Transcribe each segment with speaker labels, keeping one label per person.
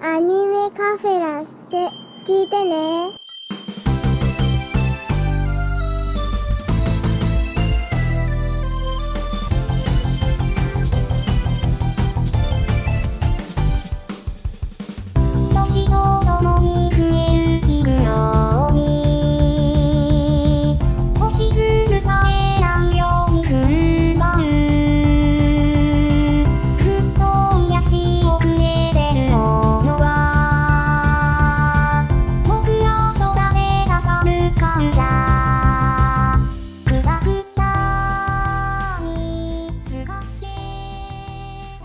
Speaker 1: アニメカフェラテ聞いてね。時とともに増える奇妙に押しつぶされないように踏ん張るふっと癒し遅れてるものは僕らと誰かさぬ感謝くらくたに使ってた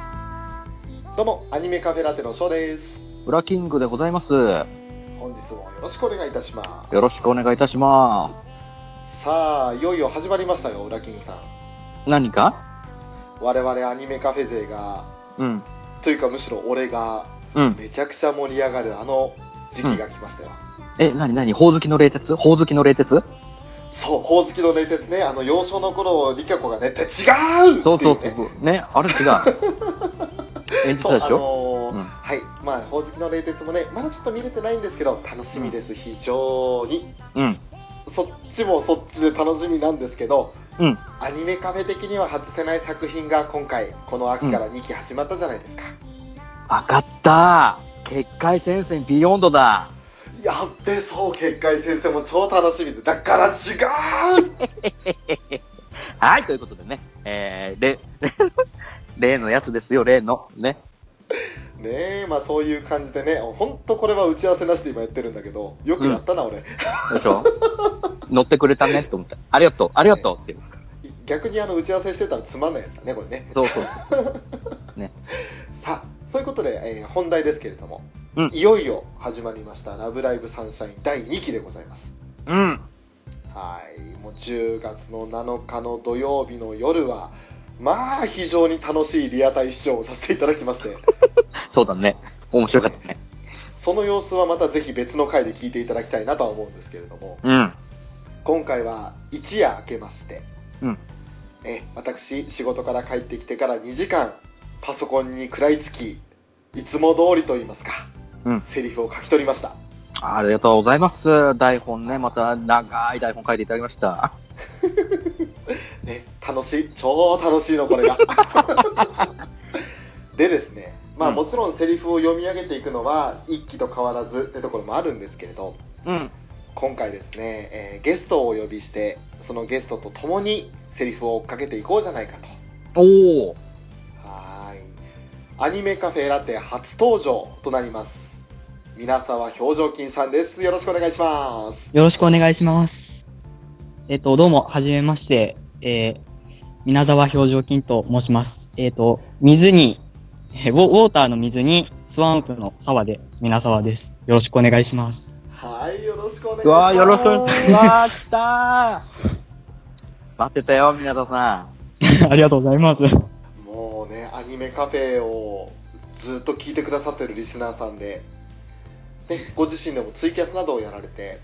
Speaker 2: どうもアニメカフェラテの翔です
Speaker 3: 裏キングでございます。よ
Speaker 2: 本日もよろしくお願いいたします
Speaker 3: ろしくお願いいたしま
Speaker 2: さあいよいよ始まりましたよ裏金さん
Speaker 3: す。何か
Speaker 2: 我々アニメカフェ勢が
Speaker 3: うん。
Speaker 2: というかむしろ俺が
Speaker 3: うん。
Speaker 2: めちゃくちゃ盛り上がるあの時期が来ましたよ、
Speaker 3: え、なになにほおずきの冷徹ほおずきの冷徹そう
Speaker 2: そうほおずきの冷徹ねあの幼少の頃リカ子がね「違う!」
Speaker 3: そう
Speaker 2: ってい
Speaker 3: そう
Speaker 2: ね
Speaker 3: う。ね、あれ違う。 演じ
Speaker 2: そう
Speaker 3: たで
Speaker 2: あ
Speaker 3: しょ
Speaker 2: のー
Speaker 3: うん
Speaker 2: はいまあほおずきの冷徹もねまだちょっと見れてないんですけど楽しみです、非常に
Speaker 3: うん。
Speaker 2: そっちもそっちで楽しみなんですけど
Speaker 3: うん。
Speaker 2: アニメカフェ的には外せない作品が今回この秋から2期始まったじゃないですか、
Speaker 3: わかった結界戦線ビヨンドだ
Speaker 2: やっべそう結界先生も超楽しみでだから違う
Speaker 3: はい、ということでね、えー、れ、 例のやつですよ、例の。ね。
Speaker 2: ねえまあそういう感じでねほんとこれは打ち合わせなしで今やってるんだけどよくやったな、俺
Speaker 3: で しょ乗ってくれたねって思った。ありがとう、ありがとうっていう。
Speaker 2: 逆にあの打ち合わせしてたらつまんないやつだねこれね
Speaker 3: そうそう。
Speaker 2: さあそういうことで、えー本題ですけれども、
Speaker 3: うん
Speaker 2: いよいよ始まりました「ラブライブサンシャイン」第2期でございます
Speaker 3: うん。
Speaker 2: はいもう10月の7日の土曜日の夜はまあ非常に楽しいリアタイ視聴をさせていただきまして
Speaker 3: そうだね。面白かったね。
Speaker 2: その様子はまたぜひ別の回で聞いていただきたいなとは思うんですけれども
Speaker 3: うん。
Speaker 2: 今回は一夜明けまして、
Speaker 3: うん
Speaker 2: え私仕事から帰ってきてから2時間パソコンに食らいつきいつも通りと言いますか、
Speaker 3: うん
Speaker 2: セリフを書き取りました
Speaker 3: ありがとうございます。台本ね、また長い台本書いていただきました。
Speaker 2: ね、楽しい、超楽しいの、こ れが。でですね、まあ、
Speaker 3: うん
Speaker 2: もちろんセリフを読み上げていくのは、一期と変わらずってところもあるんですけれど、
Speaker 3: うん。
Speaker 2: 今回ですね、えーゲストをお呼びして、そのゲストと共にセリフを追っかけていこうじゃないかと。
Speaker 3: おお。
Speaker 2: はーい。アニメカフェラテ初登場となります。皆沢表情筋さんです。よろしくお願いします。
Speaker 4: よろしくお願いします。えっ、と、どうも、はじめまして、えー、皆沢表情筋と申します。えっ、と、水に、えーウォウォーターの水に、スワンプの沢で、皆沢です。よろしくお願いします。
Speaker 2: はい、よろしくお願いします。
Speaker 3: うわー、よろしく。うわー、来たー。待ってたよ、皆田さ
Speaker 4: ありがとうございます。
Speaker 2: もうね、アニメカフェをずっと聞いてくださってるリスナーさんで、ね、ご自身でもツイキャスなどをやられて、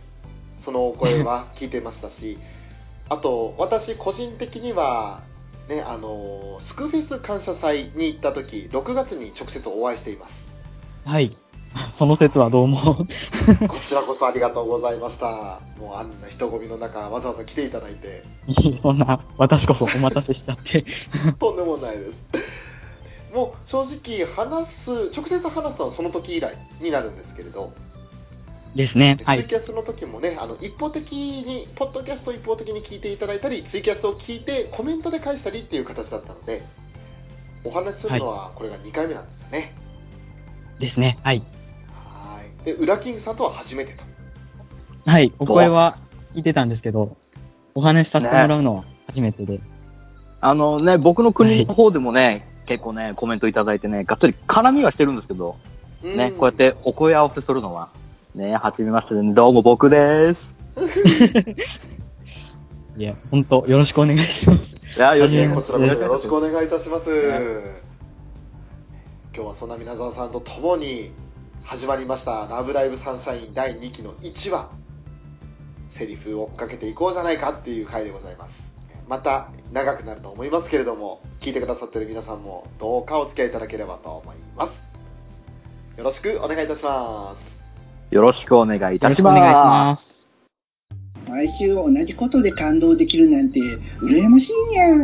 Speaker 2: そのお声は聞いてましたし、あと、私個人的には、ね、あの、スクフェス感謝祭に行った時、6月に直接お会いしています。
Speaker 4: はい。その説はどうも。
Speaker 2: こちらこそありがとうございました。もうあんな人混みの中、わざわざ来ていただいて、
Speaker 4: いいそんな、私こそお待たせしちゃって。
Speaker 2: とんでもないです。もう正直話す、直接話すのはその時以来になるんですけれど、
Speaker 4: ですね。は
Speaker 2: ツイ
Speaker 4: い。
Speaker 2: キャスの時もね、あの一方的に、ポッドキャストを一方的に聞いていただいたり、ツイキャスを聞いて、コメントで返したりっていう形だったので、お話しするのはこれが2回目なんですよね。
Speaker 4: ですね。はい。
Speaker 2: はーい。で、裏キングさんとは初めてと。
Speaker 4: はい。お声は聞いてたんですけど、お話しさせてもらうのは初めてで。
Speaker 3: ん。あのね、僕の国の方でもね、結構ね、コメントいただいてね、がっつり絡みはしてるんですけど、ね、こうやっ。てお声合わせするのは、ね、はじめまして、どうも僕です。
Speaker 4: いや、ほんと、よろしくお願いします。
Speaker 3: いや、よろし
Speaker 4: はじ
Speaker 2: ね、
Speaker 4: め
Speaker 3: く
Speaker 2: こ
Speaker 4: ま
Speaker 2: ち
Speaker 4: し
Speaker 2: ら
Speaker 4: て
Speaker 2: こそよろしくお願いいたします。
Speaker 3: ね
Speaker 2: 今日はそんな皆沢さんと共に始まりました「ラブライブサンシャイン」第2期の1話セリフを追っかけていこうじゃないかっていう回でございますまた長くなると思いますけれども聞いてくださってる皆さんもどうかお付き合いいただければと思いますよろしくお願いいたします。
Speaker 5: よろしくお願いい
Speaker 4: よ
Speaker 5: た
Speaker 4: ろし
Speaker 5: し
Speaker 4: くお
Speaker 5: ます。
Speaker 4: 願いします。
Speaker 6: 毎週同じことで感動できるなんて羨ましいにゃん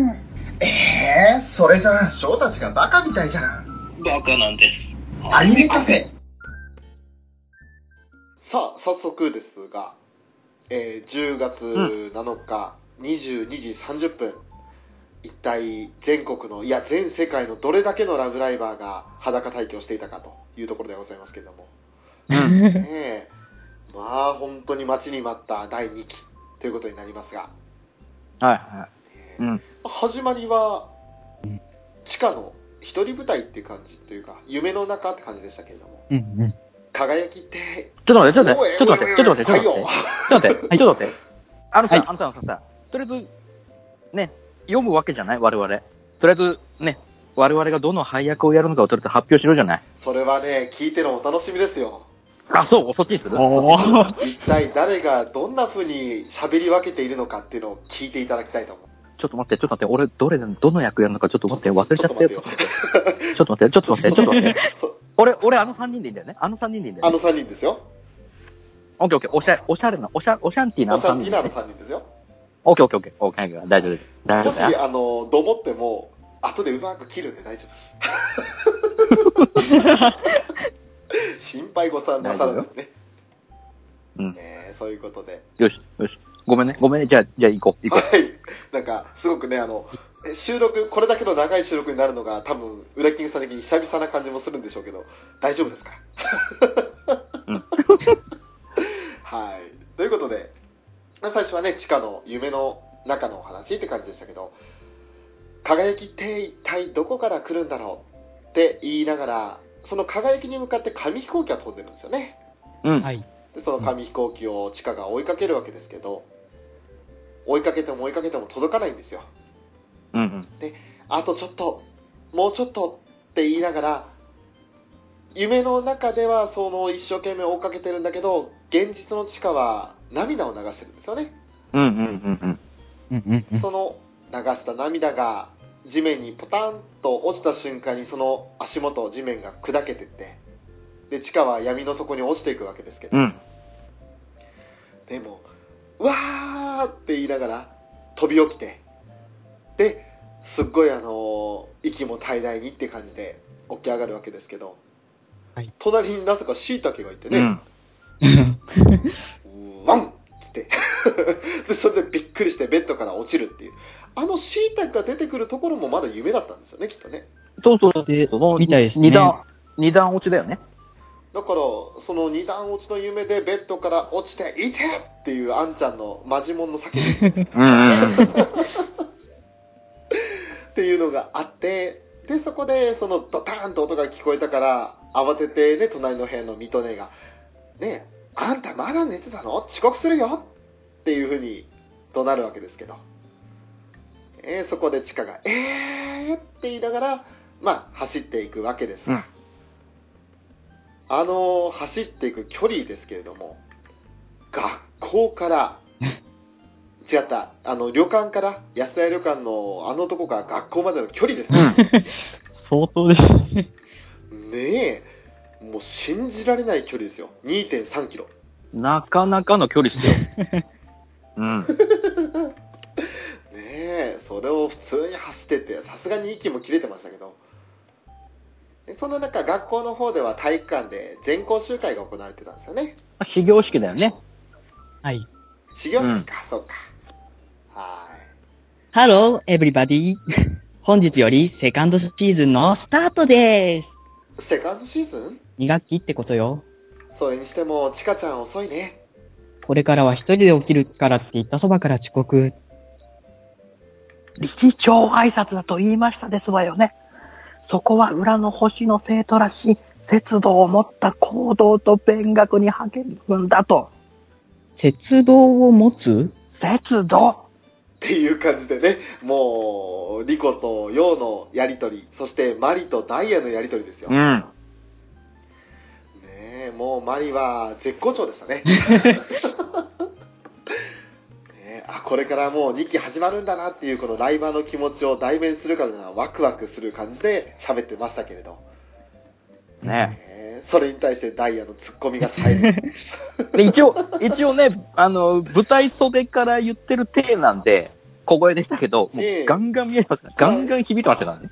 Speaker 7: えー、それじゃあ、翔太氏がバカみたいじゃん。
Speaker 3: バカなんです。
Speaker 7: アニメカフェ。
Speaker 2: さあ、早速ですが、えー10月7日、22時30分、一体全国の、いや、全世界のどれだけのラブライバーが裸体験をしていたかというところでございますけれど も、ねえ、まあ、本当に待ちに待った第2期ということになりますが、
Speaker 5: はいはい。うん。
Speaker 2: 始まりは地下の一人舞台っていう感じというか夢の中って感じでしたけれども
Speaker 4: うんうん。
Speaker 2: 輝きって
Speaker 5: ちょっと待って、ちょっと待って、ちょっと待って、ちょっと待って、ちょっと待って。
Speaker 2: はいよ
Speaker 5: ちょっと待って、
Speaker 4: はい
Speaker 5: ちょっと待って。あのさ、
Speaker 4: はい
Speaker 5: あのさ、あのささ、とりあえず、ね、読むわけじゃない我々。とりあえず、ね、我々がどの配役をやるのかをとりあえず発表しろじゃない
Speaker 2: それはね聞いてのお楽しみですよ
Speaker 5: あ、そう、そっちにする
Speaker 4: おー
Speaker 2: 一体誰がどんな風に喋り分けているのかっていうのを聞いていただきたいと思う
Speaker 5: ちょっと待って、ちょっと待って、俺、どれで、どの役やるのかちょっと待って、忘れちゃったよ。
Speaker 2: ちょっと待
Speaker 5: ちょっと待って、ちょっと待って、ちょっと待って。俺、俺、あの3人でいいんだよね。あの3人でいいんだ
Speaker 2: あ
Speaker 5: よね。
Speaker 2: の3人ですよ
Speaker 5: オッケーオッケー、おしゃれ、おしゃれな、おしゃ、おしゃんティーなあ
Speaker 2: お
Speaker 5: の
Speaker 2: しゃ
Speaker 5: 3
Speaker 2: んティ
Speaker 5: 人
Speaker 2: ーナ
Speaker 5: だ
Speaker 2: ーの
Speaker 5: ね。
Speaker 2: 3人ですよ
Speaker 5: オッケーオッケーオッケー、オッケー、大丈夫。大丈
Speaker 2: も
Speaker 5: 夫
Speaker 2: し
Speaker 5: だよ。
Speaker 2: あのどもっても後でうまく切るんで大丈夫です 心配ごさんなさらずにね
Speaker 5: うん
Speaker 2: ねえそういうことで
Speaker 5: よし、よし。ごめんね、ごめんね。じゃあ、じゃあ行こう、行
Speaker 2: は
Speaker 5: こ
Speaker 2: い。なんか、すごくね、あの、え収録、これだけの長い収録になるのが、多分、ウラキングさん的に久々な感じもするんでしょうけど、大丈夫ですか
Speaker 5: うん
Speaker 2: はい。ということで、まあ最初はね、地下の夢の中のお話って感じでしたけど、輝きって一体どこから来るんだろうって言いながら、その輝きに向かって紙飛行機が飛んでるんですよね。
Speaker 5: う。うん。
Speaker 4: はい。
Speaker 2: でその紙飛行機を地下が追いかけるわけですけど追いかけても追いかけても届かないんですよ
Speaker 5: うんうん。
Speaker 2: あとちょっともうちょっとって言いながら夢の中ではその一生懸命追いかけてるんだけど現実の地下は涙を流してるんですよね
Speaker 5: うんうんうんうん。
Speaker 4: うんうんうん。
Speaker 2: その流した涙が地面にポタンと落ちた瞬間にその足元地面が砕けてってで地下は闇の底に落ちていくわけですけど、
Speaker 5: うん。
Speaker 2: でも、うわーって言いながら飛び起きて、で、すっごいあのー息も絶えないにって感じで起き上がるわけですけど、
Speaker 4: はい
Speaker 2: 隣になぜか椎茸がいて
Speaker 5: う
Speaker 2: ね、
Speaker 5: ん。
Speaker 2: うん、ワンっつって、 で、それでびっくりしてベッドから落ちるっていう。あの椎茸が出てくるところもまだ夢だったんですよね、きっとね。
Speaker 5: そうそう。
Speaker 4: で
Speaker 5: その
Speaker 4: みたいですね
Speaker 5: 二段、二段落ちだよね。
Speaker 2: だから、その二段落ちの夢でベッドから落ちて、いてっていうあんちゃんのマジモンの叫び。
Speaker 5: うんうんうん。
Speaker 2: っていうのがあってでそこでそのドターンと音が聞こえたから慌ててね隣の部屋のミトネが「ねえあんたまだ寝てたの遅刻するよ!」っていうふうに怒鳴るわけですけど、えーそこでチカが「えー!」って言いながらまあ走っていくわけですが、
Speaker 5: うん
Speaker 2: あのー走っていく距離ですけれども学校から違った。あの、旅館から、安田屋旅館のあのとこから学校までの距離ですよ。
Speaker 4: 相当ですね。
Speaker 2: ねえ。もう信じられない距離ですよ。2.3キロ。
Speaker 5: うん。なかなかの距離っすよ。うん。
Speaker 2: ねえ。それを普通に走ってって、さすがに息も切れてましたけど。でそんな中、学校の方では体育館で全校集会が行われてたんですよね。
Speaker 5: 始業式だよね。
Speaker 4: はい。
Speaker 2: 始業式か、そうか。はーい。
Speaker 4: Hello, everybody. 本日よりセカンドシーズンのスタートです。
Speaker 2: セカンドシーズン
Speaker 4: 2学期ってことよ。
Speaker 2: それにしても、ちかちゃん遅いね。
Speaker 4: これからは一人で起きるからって言ったそばから遅刻。
Speaker 5: 理事長挨拶だと言いましたですわよね。そこは裏の星の生徒らしい、節度を持った行動と勉学に励むんだと。
Speaker 4: 節度を持つ
Speaker 5: 節度
Speaker 2: っていう感じでね、もう、リコとヨウのやりとり、そしてマリとダイヤのやりとりですよ。ね
Speaker 5: ん。
Speaker 2: え、もうマリは絶好調でしたね。ねえあ、これからもう2期始まるんだなっていうこのライバーの気持ちを代弁するかのようなワクワクする感じで喋ってましたけれど。
Speaker 5: ね
Speaker 2: ねえそれに対してダイヤのツッコミが最後。
Speaker 3: で一応、一応ね、あの、舞台袖から言ってる体なんで、小声でしたけど、も
Speaker 2: ええ
Speaker 3: うガンガン見えますね。ガンガン響いてましたからね。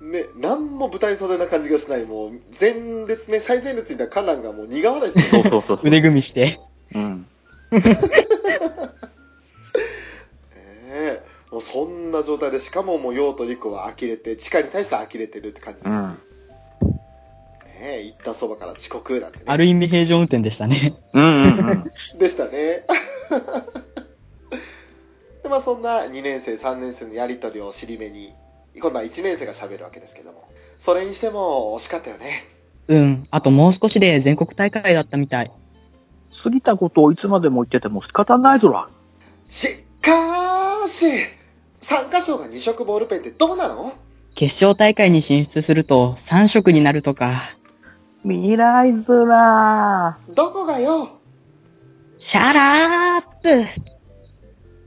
Speaker 2: ね、なんも舞台袖な感じがしない、もう、前列目、最前列にいたカナンがもう苦笑いしてる
Speaker 3: そうそうそう。
Speaker 4: 腕組みして。
Speaker 3: うん。
Speaker 2: ねえもうそんな状態でしかももう陽とリコは呆れて地下に対して呆れてるって感じで
Speaker 3: う
Speaker 2: す、
Speaker 3: ん。
Speaker 2: ねえ行ったそばから遅刻なんてね
Speaker 4: ある意味平常運転でしたね。
Speaker 3: うんうんうん。
Speaker 2: でしたね でまあそんな2年生3年生のやり取りを尻目に今度は1年生が喋るわけですけどもそれにしても惜しかったよね
Speaker 4: うん。あともう少しで全国大会だったみたい。
Speaker 5: 過ぎたことをいつまでも言ってても仕方ないぞら。
Speaker 2: しかーし参加賞が2色ボールペンってどうなの
Speaker 4: 決勝大会に進出すると3色になるとか。
Speaker 5: 未来ズラ
Speaker 2: どこがよ
Speaker 4: シャラーップ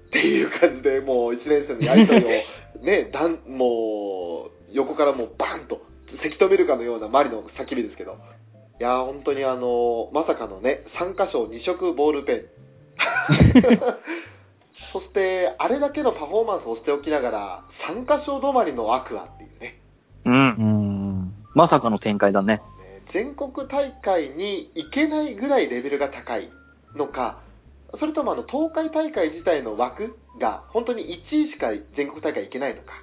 Speaker 2: っていう感じでもう1年生のやり取りをねだんもう横からもうバンとせき止めるかのようなマリの叫びですけどいやー本当にあのーまさかのね3箇所2色ボールペン そしてあれだけのパフォーマンスをしておきながら3箇所止まりのアクアっていうね
Speaker 3: うん。
Speaker 4: うん。
Speaker 3: まさかの展開だね。
Speaker 2: ね全国大会に行けないぐらいレベルが高いのかそれともあの東海大会自体の枠が本当に1位しか全国大会行けないのか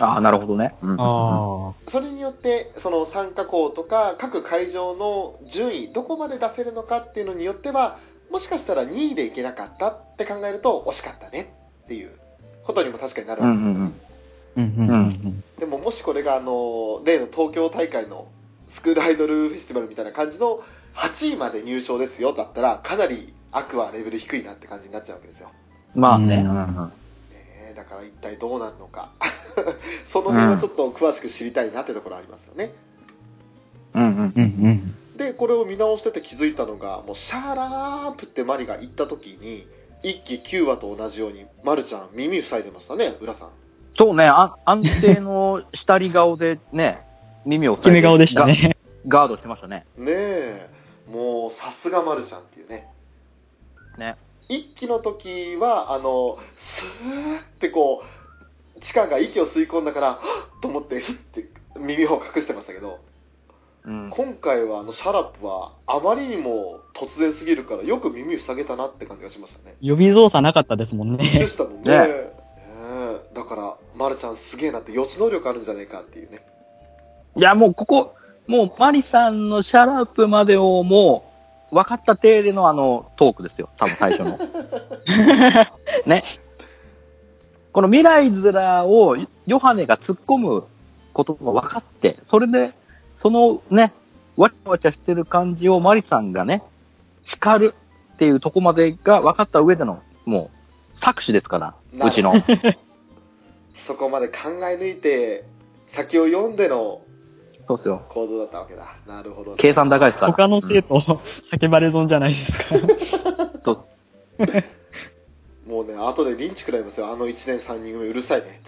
Speaker 3: ああ、なるほどね。うん。
Speaker 4: ああ。
Speaker 2: それによってその参加校とか各会場の順位どこまで出せるのかっていうのによってはもしかしたら2位でいけなかったって考えると惜しかったねっていうことにも確かになる
Speaker 3: う
Speaker 2: わけ、
Speaker 3: んうんうん。
Speaker 4: うんうんうんうん。
Speaker 2: でももしこれがあの例の東京大会のスクールアイドルフェスティバルみたいな感じの8位まで入賞ですよだったらかなりアクアレベル低いなって感じになっちゃうわけですよ
Speaker 3: まあね。
Speaker 4: うん
Speaker 3: うん
Speaker 2: ねえだから一体どうなるのか その辺はちょっと詳しく知りたいなってところありますよね、
Speaker 3: うんうん。
Speaker 4: うんうん。
Speaker 2: でこれを見直してて気づいたのがもうシャーラープってマリが言った時に一期9話と同じようにマルちゃん耳塞いでましたね浦さん
Speaker 3: そうね、あ安定の下り顔でね、 耳を
Speaker 4: 決め顔でしたね。
Speaker 3: ガ。ガードしてましたね。
Speaker 2: ねえもうさすがマルちゃんっていうね
Speaker 3: ね
Speaker 2: 一期の時はあのスーってこう地下が息を吸い込んだからはっと思ってスッて耳を隠してましたけど
Speaker 3: うん。
Speaker 2: 今回はあのシャラップはあまりにも突然すぎるからよく耳塞げたなって感じがしましたね
Speaker 4: 予備動作なかったですもん
Speaker 2: で
Speaker 4: ね。
Speaker 2: したもんね。
Speaker 3: ね
Speaker 2: ねえだから、ま、るちゃんすげえなって予知能力あるんじゃねえかっていうね。
Speaker 3: いや、もうここ、もうマリさんのシャラップまでをもう、分かった程度のあの、トークですよ。多分最初 の。ね。この未来面をヨハネが突っ込むことが分かって、それで、そのね、わちゃわちゃしてる感じをマリさんがね、光るっていうとこまでが分かった上での、もう、作詞ですから、うちの。
Speaker 2: そこまで考え抜いて、先を読んでの
Speaker 3: そうですよ。
Speaker 2: 行動だったわけだ。なるほど、ね。
Speaker 3: 計算高いですから。
Speaker 4: 他の生徒、叫ばれ損じゃないですか。
Speaker 2: もうね、後でリンチくらいますよ。あの1年3人組うるさいね。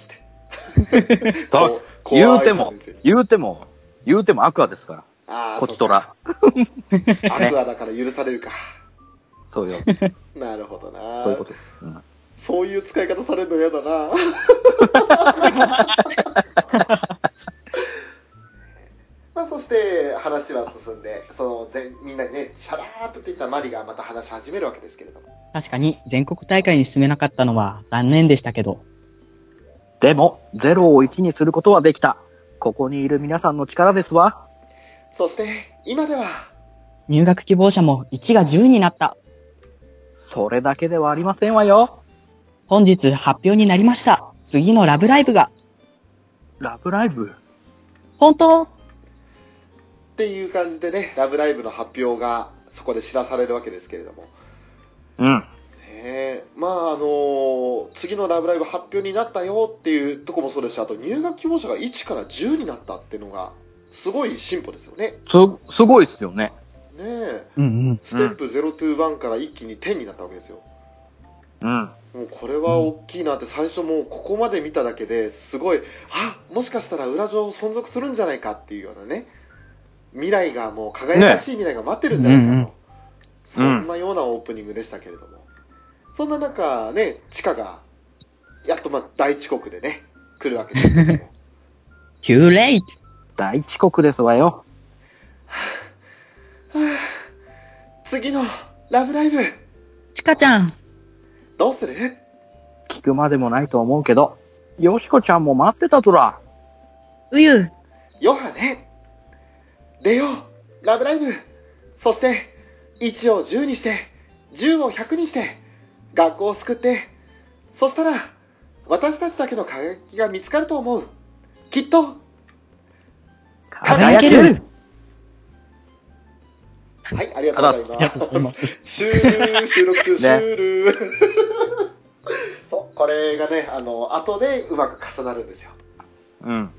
Speaker 2: つって。
Speaker 3: だ
Speaker 2: ここ
Speaker 3: 言う
Speaker 2: 挨拶
Speaker 3: ても
Speaker 2: ですよ、
Speaker 3: 言うても、言うてもアクアですから。
Speaker 2: ああ、
Speaker 3: こっちとら。
Speaker 2: そうか。アクアだから許されるか。
Speaker 3: そうよ。そ
Speaker 2: なるほどな。
Speaker 3: ういうことです。うん
Speaker 2: そういう使い方されるの嫌だ な。まあそして話は進んで、そのぜみんなにね、シャラープって言ったマリがまた話し始めるわけですけれども。
Speaker 4: 確かに全国大会に進めなかったのは残念でしたけど。
Speaker 3: でも、ゼロを1にすることはできた。ここにいる皆さんの力ですわ。
Speaker 2: そして今では、
Speaker 4: 入学希望者も1が10になった。
Speaker 3: それだけではありませんわよ。
Speaker 4: 本日発表になりました。次のラブライブが。
Speaker 3: ラブライブ
Speaker 4: 本当
Speaker 2: っていう感じでね、ラブライブの発表がそこで知らされるわけですけれども。
Speaker 3: うん。
Speaker 2: ねえまああの次の「ラブライブ!」発表になったよっていうとこもそうですしあと入学希望者が1から10になったっていうのがすごい進歩ですよね。
Speaker 3: す、すごいですよね。
Speaker 2: ねえ
Speaker 4: うんうん。
Speaker 2: ステップ021から一気に10になったわけですよ。
Speaker 3: うん。
Speaker 2: もうこれは大きいなって最初もうここまで見ただけですごいあもしかしたら裏上存続するんじゃないかっていうようなね未来がもう輝かしい未来が待ってるんじゃないかと、
Speaker 4: ね
Speaker 2: そんなようなオープニングでしたけれども、そんな中ね地下がやっとまあ大遅刻でね来るわけですけども
Speaker 4: トゥーレイト
Speaker 3: 大遅刻ですわよ。
Speaker 2: 次の「ラブライブ!
Speaker 4: チカちゃん」
Speaker 2: どうする
Speaker 3: 聞くまでもないと思うけど、よしこちゃんも待ってたぞら。
Speaker 4: うゆ
Speaker 2: ヨハネレオラブライブそして1を10にして10を100にして学校を救ってそしたら私たちだけの輝きが見つかると思うきっと
Speaker 4: 輝ける
Speaker 2: はいありがとうございますシュール収録中シュール、そうこれがねあの後でうまく重なるんですよ
Speaker 3: うん。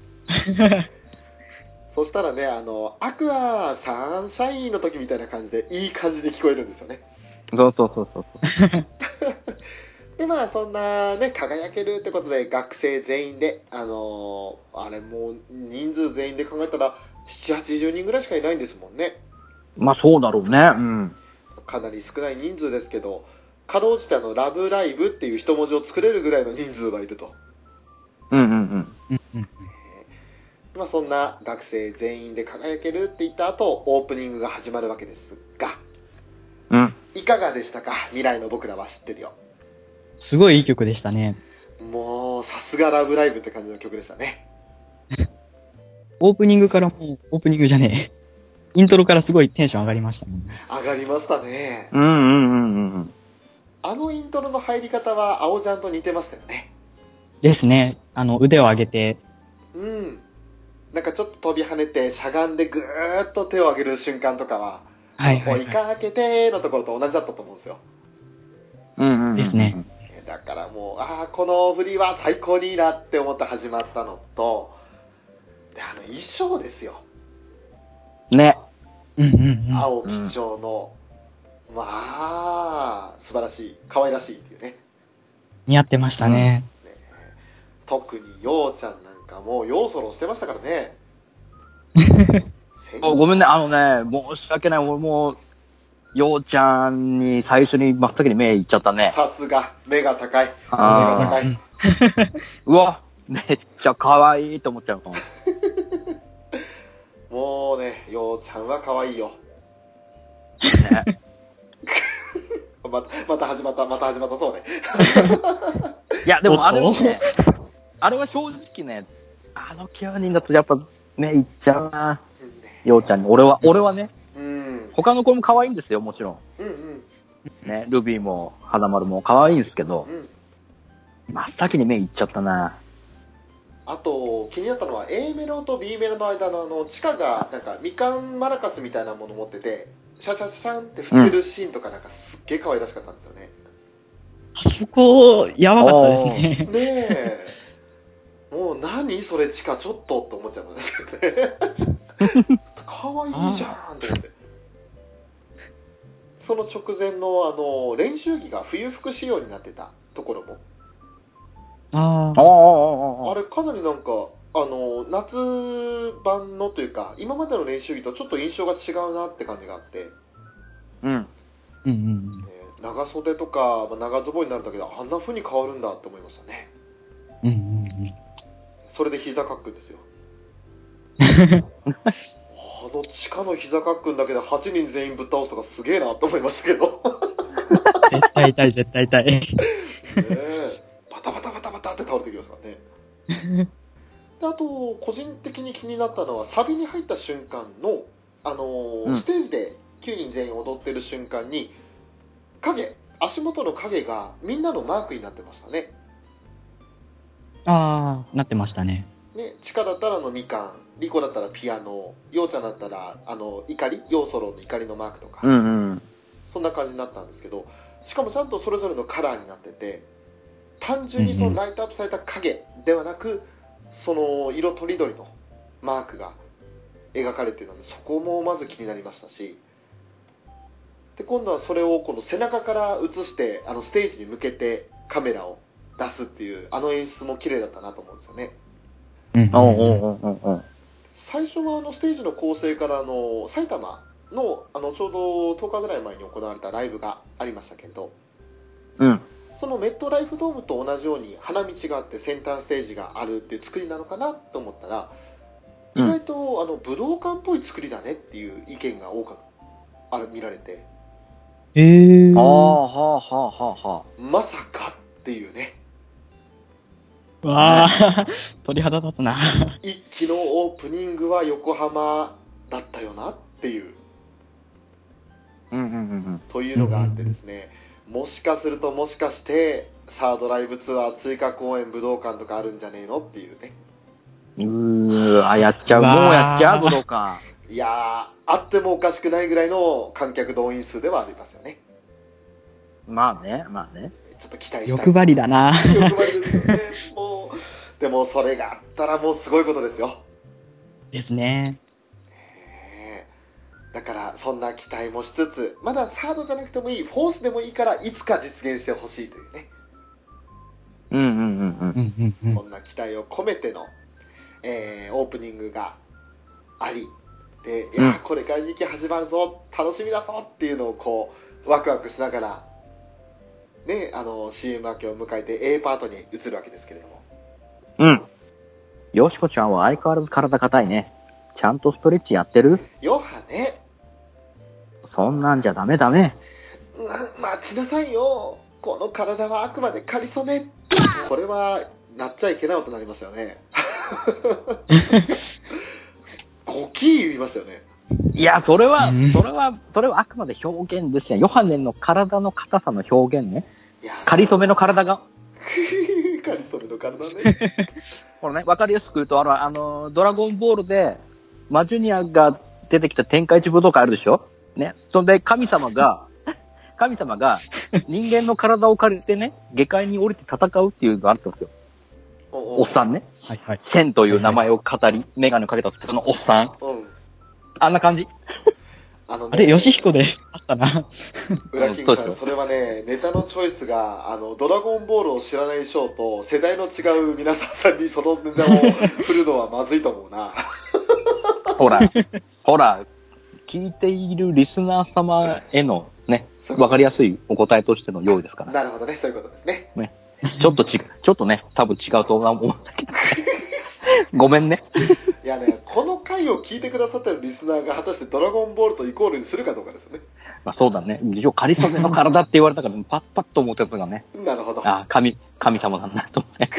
Speaker 2: そしたらねあのアクアサンシャインの時みたいな感じでいい感じで聞こえるんですよね
Speaker 3: そうそうそうそう。
Speaker 2: でまあそんなね輝けるってことで学生全員であのーあれもう人数全員で考えたら780人ぐらいしかいないんですもんね
Speaker 3: まあそうだろうね。うん。
Speaker 2: かなり少ない人数ですけどかろうじてあの「ラブライブ!」っていう一文字を作れるぐらいの人数がいると、
Speaker 3: うんうんうん。
Speaker 2: まあ、そんな学生全員で輝けるって言った後オープニングが始まるわけですが
Speaker 3: うん。
Speaker 2: いかがでしたか未来の僕らは知ってるよ
Speaker 4: すごいいい曲でしたね。
Speaker 2: もうさすが「ラブライブ!」って感じの曲でしたね
Speaker 4: オープニングからもう、オープニングじゃねえ。イントロからすごいテンション上がりましたもんね。
Speaker 2: 上がりましたね
Speaker 3: うんうんうんうん。
Speaker 2: あのイントロの入り方は青ちゃんと似てましたよね。
Speaker 4: ですね。あの、腕を上げて、
Speaker 2: うん。なんかちょっと飛び跳ねてしゃがんでぐーっと手を上げる瞬間とかは、
Speaker 4: はいはい、
Speaker 2: 追い
Speaker 4: はい。
Speaker 2: かけてのところと同じだったと思うんですよ。
Speaker 3: うんうんうん。
Speaker 4: ですね。
Speaker 2: えだからもう、ああ、この振りは最高にいいなって思って始まったのと、で、あの衣装ですよ。
Speaker 3: ね。
Speaker 4: うんうんうん。
Speaker 2: 青基調の。まあ、素晴らしい。可愛らしいっていうね。
Speaker 4: 似合ってましたね。
Speaker 2: 特にようちゃんなんかもう、ようそろしてましたから ね。
Speaker 3: おごめんね、あのね、申し訳ない。俺もう、ようちゃんに最初に真っ先に目いっちゃったね。
Speaker 2: さすが、目が高い。目
Speaker 3: あ
Speaker 2: が
Speaker 3: ー
Speaker 2: 高い。
Speaker 3: うわ、めっちゃ可愛いと思っちゃうかも。
Speaker 2: もうね、ようちゃんは可愛いよ。 ままた始まった、また始まったそうね。
Speaker 3: いや、で
Speaker 4: おっ
Speaker 3: も
Speaker 4: と
Speaker 3: あれはね、あれは正直ね、あの9人だとやっぱ目いっちゃうな。ようちゃんに。俺は、俺はね、
Speaker 2: うん、
Speaker 3: 他の子も可愛いんですよ、もちろ
Speaker 2: うん、うん、
Speaker 3: ん。ね、ルビーも、花丸も可愛いんですけど、
Speaker 2: うん。
Speaker 3: 真っ先に目いっちゃったな。
Speaker 2: あと、気になったのは A メロと B メロの間のあの、地下が、なんか、みかんマラカスみたいなもの持ってて、シャシャシャシャンって振ってるシーンとかなんかすっげえ可愛らしかったんですよね。
Speaker 4: そこ、やばかったですね。
Speaker 2: ねえ。もう何それ地下ちょっとって思っちゃいましたけどね。可愛いじゃんと思って。その直前のあの練習着が冬服仕様になってたところも、
Speaker 4: あ
Speaker 3: おー
Speaker 2: あ
Speaker 3: おー
Speaker 4: あ。
Speaker 3: おーおー
Speaker 2: れかなりなんかあの夏版のというか今までの練習着とちょっと印象が違うなって感じがあって、
Speaker 3: うん。
Speaker 4: うんうん
Speaker 2: えー長袖とかまあ長ズボンになるんだけどあんな風に変わるんだって思いましたね。
Speaker 4: うん。うんうんうん。
Speaker 2: それで膝かっくんです よあの地下の膝かっくんだけで8人全員ぶっ倒すとかすげえなと思いましたけど
Speaker 4: 絶対痛い、絶対痛い。
Speaker 2: ねえバタバタバタバタって倒れてきましたねであと個人的に気になったのはサビに入った瞬間の、あのー
Speaker 3: うん
Speaker 2: ステージで9人全員踊ってる瞬間に影足元の影がみんなのマークになってましたね
Speaker 4: ああ、なってましたね。
Speaker 2: ね、チカだったらあのみかん、リコだったらピアノ、ヨウちゃんだったらあの怒り、ヨウソロの怒りのマークとか、
Speaker 3: うんうん。
Speaker 2: そんな感じになったんですけど、しかもちゃんとそれぞれのカラーになってて、単純にそ
Speaker 4: うんう
Speaker 2: の
Speaker 4: ん
Speaker 2: ライトアップされた影ではなく、その色とりどりのマークが描かれてるので、そこもまず気になりましたし、で今度はそれをこの背中から映して、あのステージに向けてカメラを出すっていう、あの演出も綺麗だったなと思うんですよね。
Speaker 4: うんう
Speaker 3: お
Speaker 4: ん。
Speaker 3: ーおーおーおーおー
Speaker 2: 最初はあのステージの構成からあの埼玉のあのちょうど10日ぐらい前に行われたライブがありましたけど、
Speaker 3: うん
Speaker 2: そのメットライフドームと同じように花道があって先端ステージがあるっていう作りなのかなと思ったら
Speaker 3: う
Speaker 2: 意
Speaker 3: ん
Speaker 2: 外と、あの武道館っぽい作りだねっていう意見が多くある見られて
Speaker 4: えー。
Speaker 3: はあはあはあはあは
Speaker 2: まさかっていうね
Speaker 4: わあ、鳥肌立つな。
Speaker 2: 一期のオープニングは横浜だったよなっていう
Speaker 3: あ。うんうんうんうん。
Speaker 2: というのがあってですね、もしかするともしかしてサードライブツアー追加公演武道館とかあるんじゃねえのっていうね
Speaker 3: うーわ、やっちゃう。
Speaker 4: う
Speaker 3: も
Speaker 4: わ
Speaker 3: う
Speaker 4: ー
Speaker 3: やっちゃう、武道館。
Speaker 2: いやーあってもおかしくないぐらいの観客動員数ではありますよね
Speaker 3: まあね、まあね。
Speaker 2: ちょっと期待したい
Speaker 4: 欲張りだな。
Speaker 2: 欲張りですよねもうでもそれがあったらもうすごいことですよ
Speaker 4: ですね。
Speaker 2: ねえだからそんな期待もしつつまだサードじゃなくてもいいフォースでもいいからいつか実現してほしいというね
Speaker 3: うんうんうんうん。
Speaker 4: うんうんうん
Speaker 2: そんな期待を込めての、えーオープニングがあり、で、いやー、これから劇始まるぞ、楽しみだぞっていうのをこう、ワクワクしながら、ね、あの、CM 明けを迎えて A パートに移るわけですけれども。
Speaker 3: うん。よしこちゃんは相変わらず体硬いね。ちゃんとストレッチやってる
Speaker 2: ヨハネ、
Speaker 3: そんなんじゃダメダメ。
Speaker 2: うん待ちなさいよ。この体はあくまで仮初め。これは、なっちゃいけないことになりましたよ ね。ゴキー言いましたよね。
Speaker 3: いや、それは
Speaker 4: うん、
Speaker 3: それは、それはあくまで表現ですよ。ヨハネの体の硬さの表現ね。
Speaker 2: いやー、
Speaker 3: 仮染めの体が、
Speaker 2: カリソメの体ね。
Speaker 3: これね、わかりやすく言うと、あの、あのドラゴンボールで、マジュニアが出てきた天下一武道会あるでしょね。そんで、神様が、神様が、人間の体を借りてね、下界に降りて戦うっていうのがあったんですよ。おっさんね。
Speaker 4: はいはい。
Speaker 3: センという名前を語り、メガネをかけたそのおっさん。
Speaker 2: うん。
Speaker 3: あんな感じ。
Speaker 2: あの
Speaker 4: あ
Speaker 2: ね、
Speaker 4: れ、ヨシヒコであったな。
Speaker 2: 裏金さ、
Speaker 3: うんん
Speaker 2: それはね、ネタのチョイスが、あの、ドラゴンボールを知らない賞と、世代の違う皆さんにそのネタを振るのはまずいと思うな。
Speaker 3: ほら、ほら、聞いているリスナー様へのね、わかりやすいお答えとしての用意ですから。
Speaker 2: なるほどね、そういうことですね。
Speaker 3: ちょっとち、ちょっとね、多分違うと思うんだけど。ごめんね。
Speaker 2: いやね、この回を聞いてくださってるリスナーが果たしてドラゴンボールとイコールにするかどうかですね。
Speaker 3: まあそうだね。一応、カリソメの体って言われた から、パッパッと思ってたがね。
Speaker 2: なるほど。
Speaker 3: ああ、神、神様なんだと思って。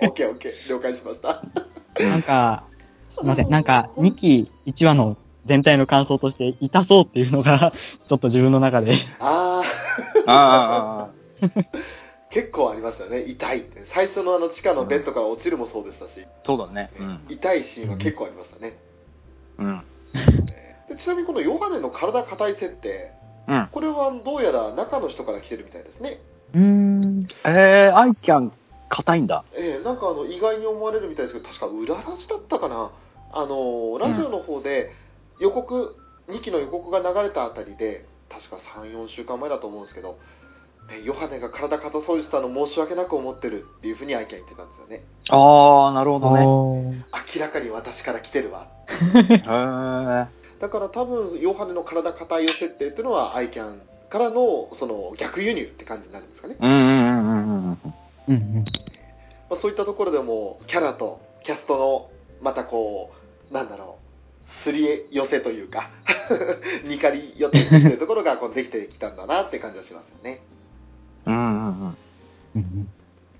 Speaker 2: オッケーオッケー、了解しました。
Speaker 4: なんか、すいません。なんか、2期1話の全体の感想として、痛そうっていうのが、ちょっと自分の中で。
Speaker 2: あー。
Speaker 3: ああ、ああ。
Speaker 2: 結構ありましたね痛いって最初のあの地下のベッドから落ちるもそうでしたし、
Speaker 3: そうだね。うん。
Speaker 2: 痛いシーンは結構ありましたね、
Speaker 3: うん。
Speaker 2: でちなみにこのヨガネの体硬い設定、
Speaker 3: うん
Speaker 2: これはどうやら中の人から来てるみたいですね、
Speaker 4: うーん。
Speaker 3: えー、愛ちゃん、硬いんだ。
Speaker 2: ええなんかあの意外に思われるみたいですけど確か裏ラジだったかなあのーラジオの方で予告、2期の予告が流れたあたりで確か34週間前だと思うんですけど、ね、ヨハネが体硬そうにしたの申し訳なく思ってるっていうふうに愛犬言ってたんですよね
Speaker 3: ああ、なるほどね。
Speaker 2: 明らかに私から来てるわ
Speaker 3: へえ。
Speaker 2: だから多分ヨハネの体硬いを設定っていうのはアイキャンからのその逆輸入って感じになるんですかね、
Speaker 3: うんうんうんうんうん。
Speaker 4: うんうん。
Speaker 2: まあ、そういったところでもキャラとキャストのまたこうなんだろうすり寄せというか にかり寄せっていうところがこうできてきたんだなって感じがしますよね
Speaker 3: うんうんうん。
Speaker 4: うんうん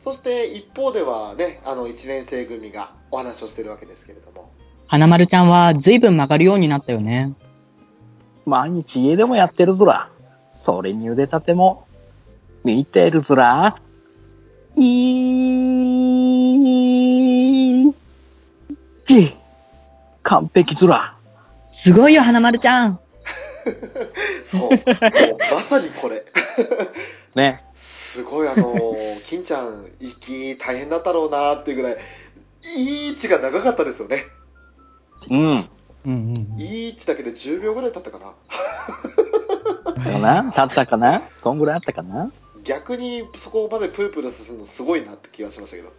Speaker 2: そして一方ではねあの1年生組がお話をしてるわけですけれども
Speaker 4: 花丸ちゃんは、随分曲がるようになったよね。
Speaker 3: 毎日家でもやってるずら。それに腕立ても、見てるずら。いーち、完璧ずら。
Speaker 4: すごいよ、花丸ちゃん。
Speaker 2: そうもうまさにこれ
Speaker 3: ね。
Speaker 2: すごいあの金ちゃん行き大変だったろうなっていうぐらいいい位置が長かったですよね
Speaker 3: うん。
Speaker 4: うんうん
Speaker 2: いい位置だけで10秒ぐらい経ったかな
Speaker 3: だかな立ったかなそんぐらいあったかな
Speaker 2: 逆にそこまでプープルさせるのすごいなって気がしましたけど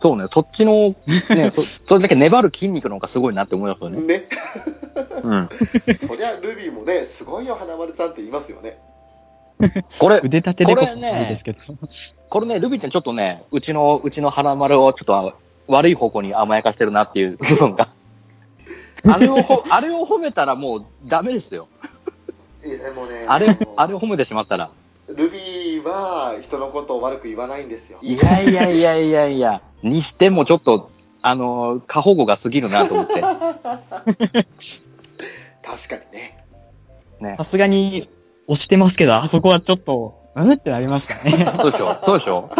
Speaker 3: そうね、そっちの、ね、そ それだけ粘る筋肉の方がすごいなって思いますよね。
Speaker 2: ね、
Speaker 3: うん。
Speaker 2: そりゃルビーもね、すごいよ、花丸ちゃんって言いますよね。
Speaker 3: これ、
Speaker 4: 腕立てでこそ
Speaker 3: これね
Speaker 4: ないですけど。
Speaker 3: これね、ルビーちゃんちょっとね、うちの、うちの花丸をちょっと悪い方向に甘やかしてるなっていう部 分が。あれをほ、あれを褒めたらもうダメですよ。
Speaker 2: いやでもね、
Speaker 3: あれ
Speaker 2: も、う
Speaker 3: あれを褒めてしまったら。
Speaker 2: ルビーは人のことを悪く言わないんですよ。
Speaker 3: いやいやいやいやいや、にしてもちょっと、あのー、過保護が過ぎるなと思って。
Speaker 2: 確かにね。
Speaker 3: ね
Speaker 4: さ。すがに押してますけど、あそこはちょっと、うんってなりましたね。
Speaker 3: そうでしょそうでしょ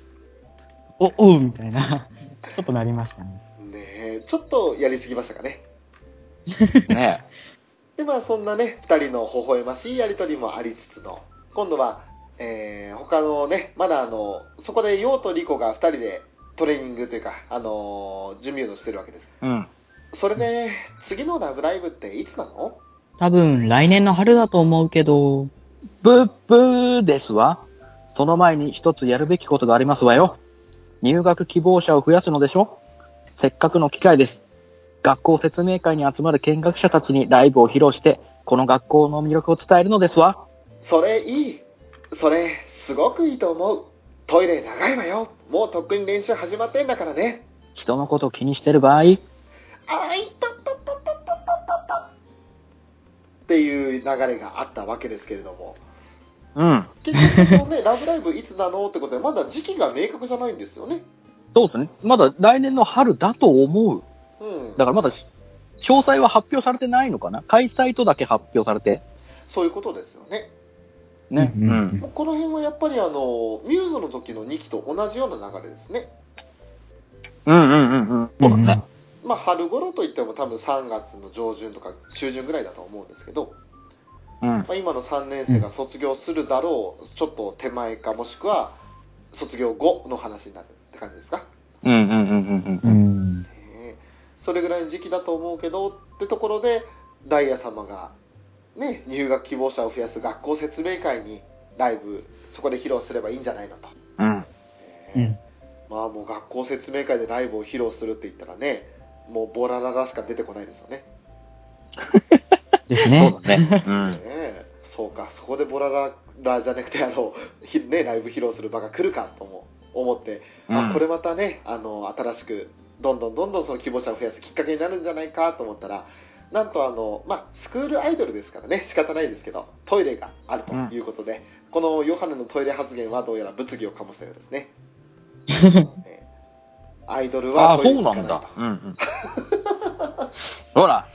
Speaker 4: お、おうみたいな。ちょっとなりましたね。
Speaker 2: ねえちょっとやりすぎましたかね。
Speaker 3: ね
Speaker 2: で、まあそんなね、二人の微笑ましいやりとりもありつつの、今度は、えー、他のね、まだあの、そこでヨウとリコが二人でトレーニングというか、あのー準備をしてるわけです。
Speaker 3: うん。
Speaker 2: それで、次のラブライブっていつなの
Speaker 4: 多分、来年の春だと思うけど、
Speaker 3: ブッブーですわ。その前に一つやるべきことがありますわよ。入学希望者を増やすのでしょせっかくの機会です。学校説明会に集まる見学者たちにライブを披露して、この学校の魅力を伝えるのですわ。
Speaker 2: それいいそれすごくいいと思うトイレ長いわよもうとっくに練習始まってんだからね
Speaker 3: 人のことを気にしてる場合、
Speaker 2: あーいとっとっとっとっとっとっとっていう流れがあったわけですけれども
Speaker 3: うん。
Speaker 2: 結局このね「ラブライブ!」いつなのってことでまだ時期が明確じゃないんですよね
Speaker 3: そうですね。まだ来年の春だと思う。
Speaker 2: うん
Speaker 3: だからまだし、詳細は発表されてないのかな開催とだけ発表されて。
Speaker 2: そういうことですよね
Speaker 3: ね。
Speaker 4: うんうんうん
Speaker 2: もうこの辺はやっぱりあのミューズの時の2期と同じような流れですね
Speaker 3: うんうんうんうん。そうだね。
Speaker 2: まあ春頃といっても多分3月の上旬とか中旬ぐらいだと思うんですけど
Speaker 3: うん。
Speaker 2: まあ、今の3年生が卒業するだろう、ちょっと手前かもしくは卒業後の話になるって感じですか、
Speaker 3: うんうんうんうんうん。
Speaker 4: ん。
Speaker 2: ねえそれぐらいの時期だと思うけどってところでダイヤ様が、ね、入学希望者を増やす学校説明会にライブそこで披露すればいいんじゃないのと、
Speaker 3: うん。
Speaker 4: うん。
Speaker 2: まあもう学校説明会でライブを披露するって言ったらねもうボラララしか出てこないですよね
Speaker 4: です
Speaker 3: そ
Speaker 4: ね。
Speaker 3: うだね。うん
Speaker 2: ね。えそうかそこでボラララじゃなくてあの、ひね、ライブ披露する場が来るかとも思って、
Speaker 3: う
Speaker 2: あ
Speaker 3: ん
Speaker 2: これまたねあの新しくどんどんどんどんその希望者を増やすきっかけになるんじゃないかと思ったらなんとあの、まあ、スクールアイドルですからね仕方ないですけどトイレがあるということで、このヨハネのトイレ発言はどうやら物議を醸したようですね ねアイドル
Speaker 3: あ
Speaker 2: は
Speaker 3: あ、
Speaker 2: トイ
Speaker 3: そ
Speaker 2: レ
Speaker 3: う
Speaker 2: に行か
Speaker 3: なん
Speaker 2: ない
Speaker 3: だ
Speaker 2: と。
Speaker 3: うんうん。ほ ら、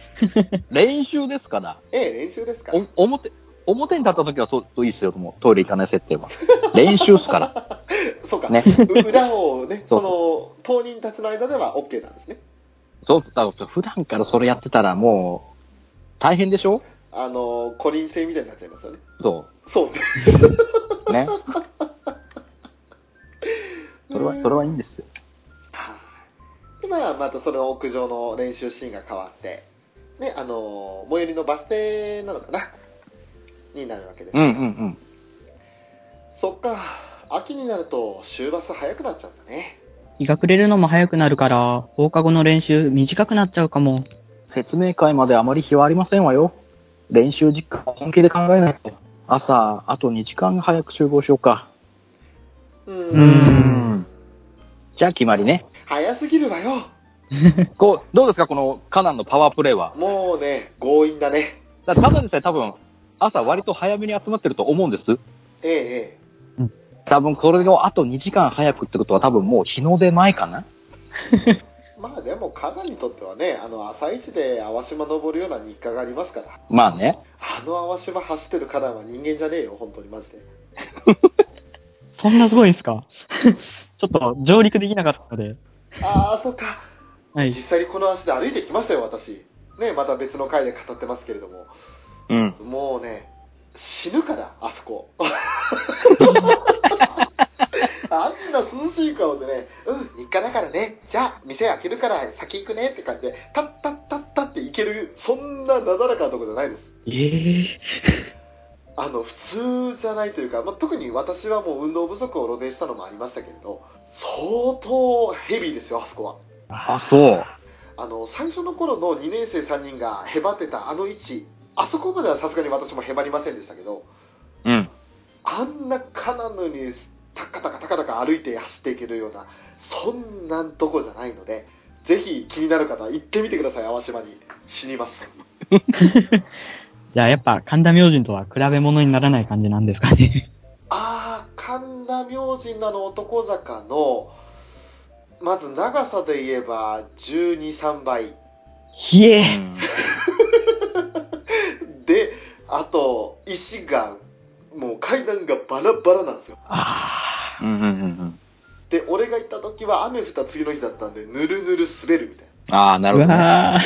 Speaker 3: 練習ですから、
Speaker 2: ええ練習ですから
Speaker 3: お表、表に立った時はそういいですよ、もうトイレ行かない設定は。練習っすから。
Speaker 2: そうか、
Speaker 3: ね
Speaker 2: う裏をね
Speaker 3: そう
Speaker 2: その当人たちの間では OK なんですね
Speaker 3: そう、だから普段からそれやってたらもう、大変でしょ
Speaker 2: あのー、孤輪制みたいになっちゃいますよね。
Speaker 3: そ
Speaker 2: そう。
Speaker 3: う。ね。それは、それはいいんですよ。
Speaker 2: はいで、まあ、またその屋上の練習シーンが変わって、ね、あのー、最寄りのバス停なのかなになるわけです。
Speaker 3: うんうんうん。
Speaker 2: そっか、秋になると終バス早くなっちゃうんだね。
Speaker 4: 日が暮れるのも早くなるから、放課後の練習短くなっちゃうかも。
Speaker 3: 説明会まであまり日はありませんわよ。練習時間を本気で考えないと。朝、あと2時間早く集合しようか。
Speaker 2: う
Speaker 4: う
Speaker 2: ー
Speaker 4: ん
Speaker 2: ん。
Speaker 3: じゃあ決まりね。
Speaker 2: 早すぎるわよ。
Speaker 3: こう、どうですかこのカナンのパワープレイは。
Speaker 2: もうね、強引だね。
Speaker 3: だからただでさえ多分、朝割と早めに集まってると思うんです。
Speaker 2: えええ
Speaker 3: 多分これをあと2時間早くってことは多分もう日の出前かな
Speaker 2: え。まあでも、カナにとってはね、あの、朝一で淡島登るような日課がありますから。
Speaker 3: まあね。
Speaker 2: あの淡島走ってるカナは人間じゃねえよ、本当にマジで。
Speaker 4: そんなすごいんすか ちょっと上陸できなかったので。
Speaker 2: ああ、そっか。
Speaker 4: はい。
Speaker 2: 実際にこの足で歩いてきましたよ、私。ね、また別の回で語ってますけれども。
Speaker 3: うん。
Speaker 2: もうね、死ぬから、あそこ。 あんな涼しい顔でね、うん、日課だからね、じゃあ、店開けるから先行くねって感じで、タッタッタッタって行ける、そんななだらかなとこじゃないです。
Speaker 4: ええ
Speaker 2: あの普通じゃないというか、まあ、特に私はもう運動不足を露呈したのもありましたけれど相当ヘビーですよあそこは
Speaker 3: あ、そう。
Speaker 2: あの最初の頃の2年生3人がへばってたあの位置あそこまではさすがに私もへばりませんでしたけど
Speaker 3: うん。
Speaker 2: あんなかなのにタカタカタカタカ歩いて走っていけるようなそんなんとこじゃないのでぜひ気になる方は行ってみてください淡島に死にます
Speaker 4: じゃあやっぱ神田明神とは比べ物にならない感じなんですかね。
Speaker 2: ああ神田明神なの男坂のまず長さで言えば1 2 3倍
Speaker 4: ひえ
Speaker 2: であと石がもう階段がバラバラなんですよ
Speaker 4: あ
Speaker 3: うんうんうんうん。
Speaker 2: で俺が行った時は雨降った次の日だったんでぬるぬる滑るみたい
Speaker 3: ああ、な
Speaker 4: あ、
Speaker 3: る
Speaker 4: う
Speaker 3: ほどね。
Speaker 4: わあ、
Speaker 2: な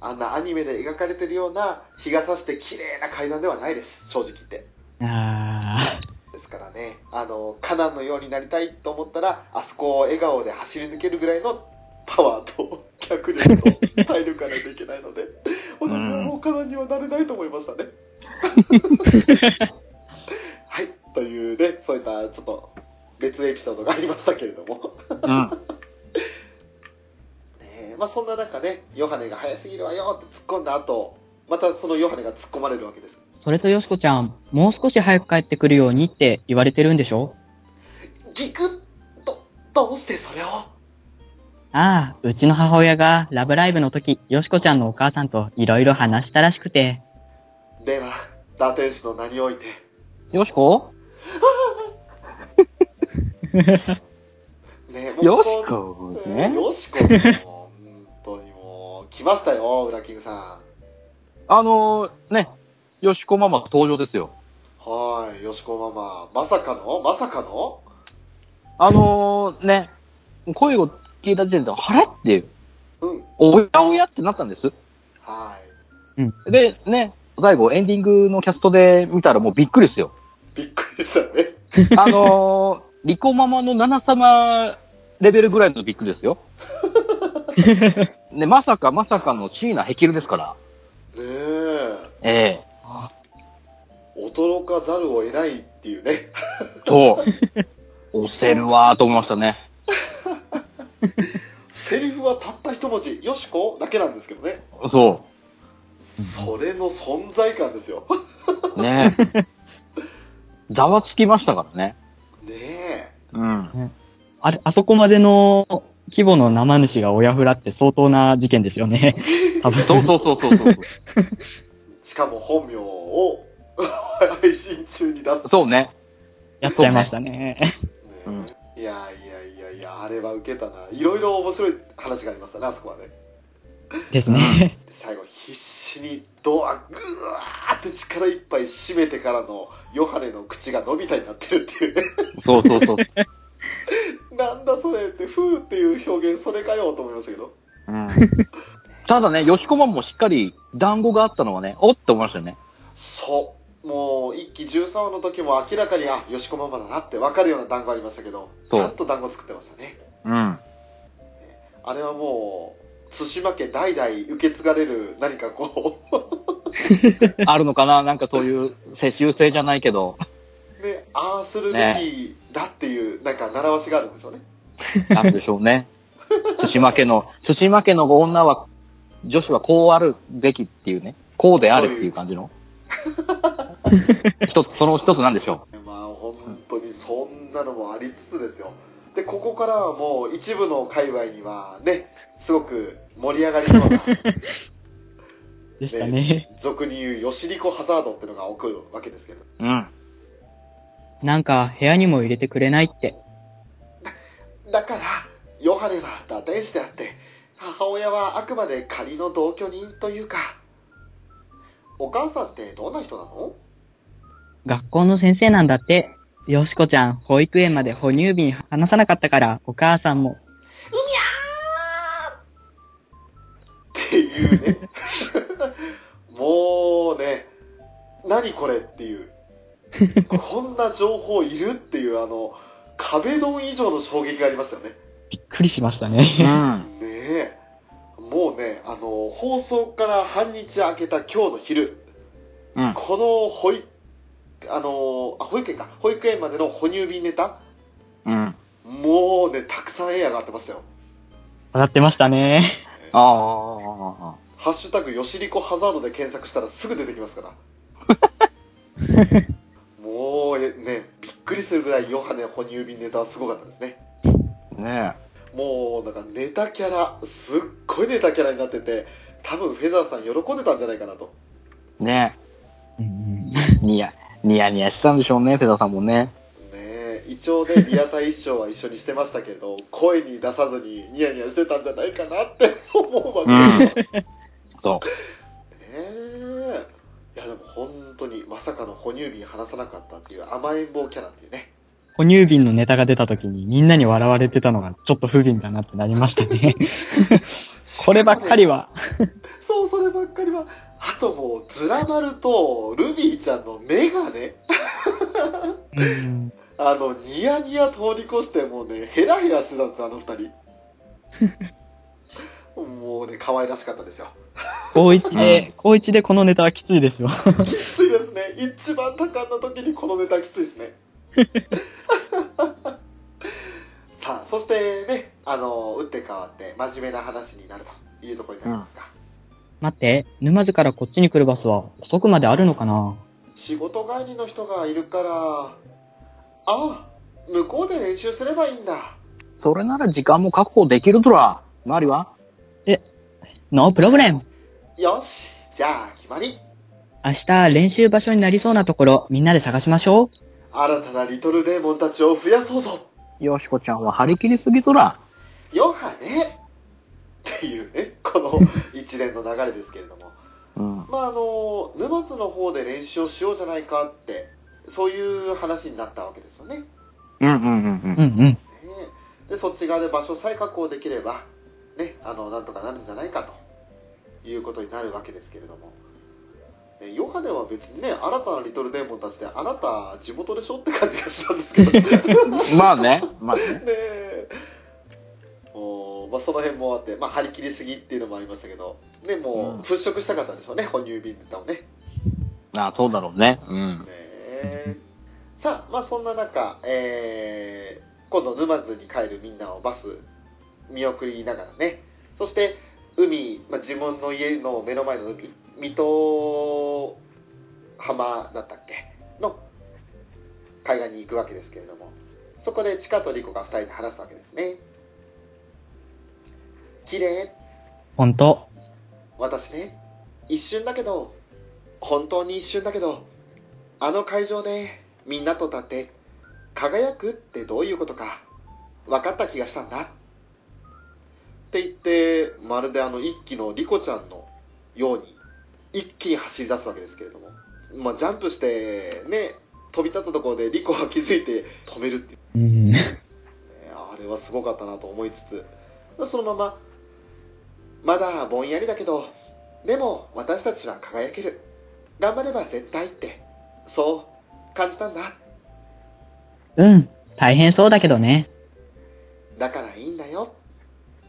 Speaker 2: あんなアニメで描かれてるような日が差して綺麗な階段ではないです正直言って
Speaker 4: あー
Speaker 2: ですからねあのカナンのようになりたいと思ったらあそこを笑顔で走り抜けるぐらいのパワーと脚力と体力がないといけないので私はもうカナンにはなれないと思いました ねはいというねそういったちょっと別エピソードがありましたけれども
Speaker 3: うん。
Speaker 2: ねえまあ、そんな中ねヨハネが早すぎるわよって突っ込んだ後またそのヨハネが突っ込まれるわけです
Speaker 4: それとよしこちゃん、もう少し早く帰ってくるようにって言われてるんでしょ
Speaker 2: ギクッとどうしてそれを
Speaker 4: ああ、うちの母親がラブライブの時、よしこちゃんのお母さんといろいろ話したらしくて。
Speaker 2: では打天使の名において
Speaker 3: よしこ
Speaker 2: ねえもう
Speaker 3: よし
Speaker 2: ここ
Speaker 3: こ
Speaker 2: ね
Speaker 3: ね。
Speaker 2: よしこも本当にもう来ましたよウラキングさん
Speaker 3: あのー、ね、よしこママ登場ですよ。
Speaker 2: はーいよしこママまさかのまさかの
Speaker 3: あのー、ね、声を聞いた時点で、腹っていう、
Speaker 2: うん
Speaker 3: おやおやってなったんです。
Speaker 2: はい
Speaker 3: で、ね、最後エンディングのキャストで見たらもうびっくりです よ。
Speaker 2: びっくりしたね
Speaker 3: あのー、リコママの七様レベルぐらいのびっくりですよ。 ね、まさかまさかの椎名ヘキルですから。
Speaker 2: ねえ
Speaker 3: え
Speaker 2: 驚かざるを得ないっていうね
Speaker 3: えと、 押せるわーと思いましたね。
Speaker 2: セリフはたった一文字よしこだけなんですけどね
Speaker 3: そ
Speaker 2: それの存在感ですよ。
Speaker 3: う。ねえざわつきましたからね。
Speaker 2: ねえ。
Speaker 3: うん。
Speaker 4: あれ、あそこまでの規模の生主が親フラって相当な事件ですよね。多分
Speaker 3: そうそうそうそうそう。
Speaker 2: しかも本名を配信中に出す。
Speaker 3: そうね。
Speaker 4: やっちゃいましたね。
Speaker 3: うん
Speaker 2: ねえいやいやいやいや、あれはウケたな。いろいろ面白い話がありましたね、あそこはね。
Speaker 4: ですね。
Speaker 2: 最後、必死にドア、ぐわーって力いっぱい閉めてからのヨハネの口が伸びたになってるっていうね。
Speaker 3: そうそうそう。
Speaker 2: なんだそれって、ふーっていう表現、それかよと思いましたけど。
Speaker 3: うん、ただね、よしこまんもしっかり団子があったのはね、おって思いましたよね。
Speaker 2: そう。もう、一期13話の時も明らかに、あ、よしこママだなって分かるような団子ありましたけど、ち
Speaker 3: そう
Speaker 2: ゃんと団子作ってましたね。
Speaker 3: うん。
Speaker 2: あれはもう、津島家代々受け継がれる何かこ
Speaker 3: あるのかななんかそういう世襲制じゃないけど。
Speaker 2: う、ね、ああするべきだっていう、なんか習わしがあるんですよね。
Speaker 3: なんでしょうね。津島家の、津島家の女は、女子はこうあるべきっていうね。こうであるっていう感じ の。一つ、その一つなんでしょ
Speaker 2: まあ本当にそんなのもありつつですよ。で、ここからはもう一部の界隈にはね、すごく盛り上がりそうな、
Speaker 4: でしたね。
Speaker 2: 俗に言うヨシリコハザードってのが起こるわけですけど。
Speaker 3: う。うん。
Speaker 4: なんか部屋にも入れてくれないって。
Speaker 2: だから、ヨハネは堕天使であって、母親はあくまで仮の同居人というか、お母さんってどんな人なの
Speaker 4: 学校の先生なんだって。よしこちゃん、保育園まで哺乳瓶離さなかったから、お母さん
Speaker 2: っ
Speaker 4: も。
Speaker 2: ていうねもうね何これっていうこんな情報いるっていうあの壁ドン以上の衝撃がありましたよね
Speaker 4: びっくりしましたね。
Speaker 3: うん。
Speaker 2: ねえもうねあの放送から半日明けた今日の昼、
Speaker 3: うん
Speaker 2: この保育あのーあ、保育園か。保育園までの哺乳瓶ネタ
Speaker 3: うん。
Speaker 2: もうね、たくさんエアが上がってましたよ。
Speaker 4: 上がってましたね。
Speaker 3: ああ。
Speaker 2: ハッシュタグよしりこハザードで検索したらすぐ出てきますから。もうね、びっくりするぐらいヨハネ哺乳瓶ネタはすごかったですね。
Speaker 3: ね
Speaker 2: もうなんかネタキャラすっごいネタキャラになってて多分フェザーさん喜んでたんじゃないかなと
Speaker 3: え。ね
Speaker 4: うんうん
Speaker 3: え。ニヤ、ニヤニヤしてたんでしょうね、フェザーさんもね。
Speaker 2: ねえ一応ねリアタイ衣装は一緒にしてましたけど声に出さずにニヤニヤしてたんじゃないかなって思うわけですよね
Speaker 3: そ
Speaker 2: えいやでも本当にまさかの哺乳瓶話さなかったっていう甘えん坊キャラっていうね
Speaker 4: 哺乳瓶のネタが出た時にみんなに笑われてたのがちょっと不憫だなってなりました ね。こればっかりは。
Speaker 2: そうそればっかりはあともうズラ丸とルビーちゃんの目がね
Speaker 4: うん
Speaker 2: あのニヤニヤ通り越してもうねヘラヘラしてたんですあの二人もうね可愛らしかったですよ
Speaker 4: 高一で、高一でこのネタはきついですよ。
Speaker 2: きついですね一番多感な時にこのネタきついですねさあそしてねあの打って変わって真面目な話になるというところになりますが、
Speaker 4: 待って、沼津からこっちに来るバスは遅くまであるのかな
Speaker 2: 仕事帰りの人がいるからああ向こうで練習すればいいんだ
Speaker 3: う。それなら時間も確保できるとら。マリは
Speaker 4: ノープロブレム
Speaker 2: よしじゃあ決まり
Speaker 4: 明日練習場所になりそうなところみんなで探しましょう。
Speaker 2: 新たなリトルデーモンたちを増やそうぞ
Speaker 3: よしこちゃんは張り切りすぎとら。
Speaker 2: ヨハネっていうね、この一連の流れですけれども、
Speaker 3: うん。
Speaker 2: まああの、沼津の方で練習をしようじゃないかって、そういう話になったわけですよね。ね
Speaker 3: うんうんうん
Speaker 4: うんうん。
Speaker 2: で、そっち側で場所さえ確保できれば、ね、あの、なんとかなるんじゃないかということになるわけですけれども、ねヨハネは別にね、新たなリトルデーモンたちで、あなた地元でしょって感じがしたんですけど、
Speaker 3: うん。まあね。まあね。
Speaker 2: ねえおーまあ、その辺もあって、まあ、張り切りすぎっていうのもありましたけどでも
Speaker 3: うん
Speaker 2: う払拭したかったんでしょうね哺乳瓶ネタをねね
Speaker 3: ああ、そうだろうね。うん。
Speaker 2: えさあまあそんな中、えー今度沼津に帰るみんなをバス見送りながらねそして海、まあ、自分の家の目の前の海水戸浜だったっけの海岸に行くわけですけれどもそこでチカとリコが2人で話すわけですね綺麗
Speaker 4: ほんと。
Speaker 2: 私ね一瞬だけど本当に一瞬だけどあの会場でみんなと立って輝くってどういうことか分かった気がしたんだって言ってまるであの一期のリコちゃんのように一気に走り出すわけですけれども、まあ、ジャンプしてね飛び立ったところでリコは気づいて止めるっていう
Speaker 4: うん。
Speaker 2: ねあれはすごかったなと思いつつそのまままだぼんやりだけどでも私たちは輝ける頑張れば絶対ってそう感じたんだ
Speaker 4: うん。大変そうだけどね。
Speaker 2: だからいいんだよ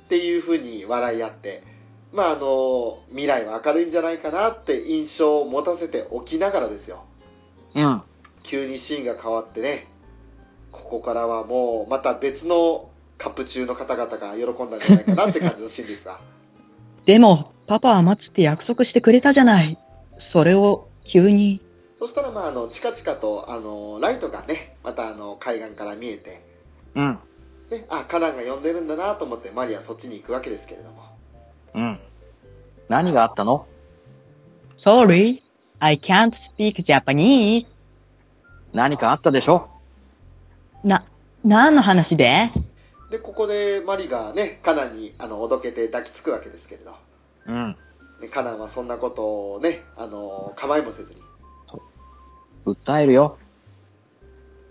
Speaker 2: っていうふうに笑い合ってまああの未来は明るいんじゃないかなって印象を持たせておきながらですよ
Speaker 3: うん。
Speaker 2: 急にシーンが変わってねここからはもうまた別のカップ中の方々が喜んだんじゃないかなって感じのシーンですが
Speaker 4: でも、パパは待つって約束してくれたじゃない。それを急に。
Speaker 2: そしたら、まあ、あの、チカチカと、あの、ライトがね、また、あの、海岸から見えて、
Speaker 3: うん。
Speaker 2: ね、あ、カナンが呼んでるんだなと思って、マリアはそっちに行くわけですけれども。
Speaker 3: うん。何があったの
Speaker 4: Sorry, I can't speak Japanese.
Speaker 3: 何かあったでしょ
Speaker 4: な、何の話です
Speaker 2: で、ここで、マリがね、カナンに、あの、おどけて抱きつくわけですけれど、
Speaker 3: うん。
Speaker 2: でカナンはそんなことをね、あの、構いもせずに、
Speaker 3: 訴えるよ。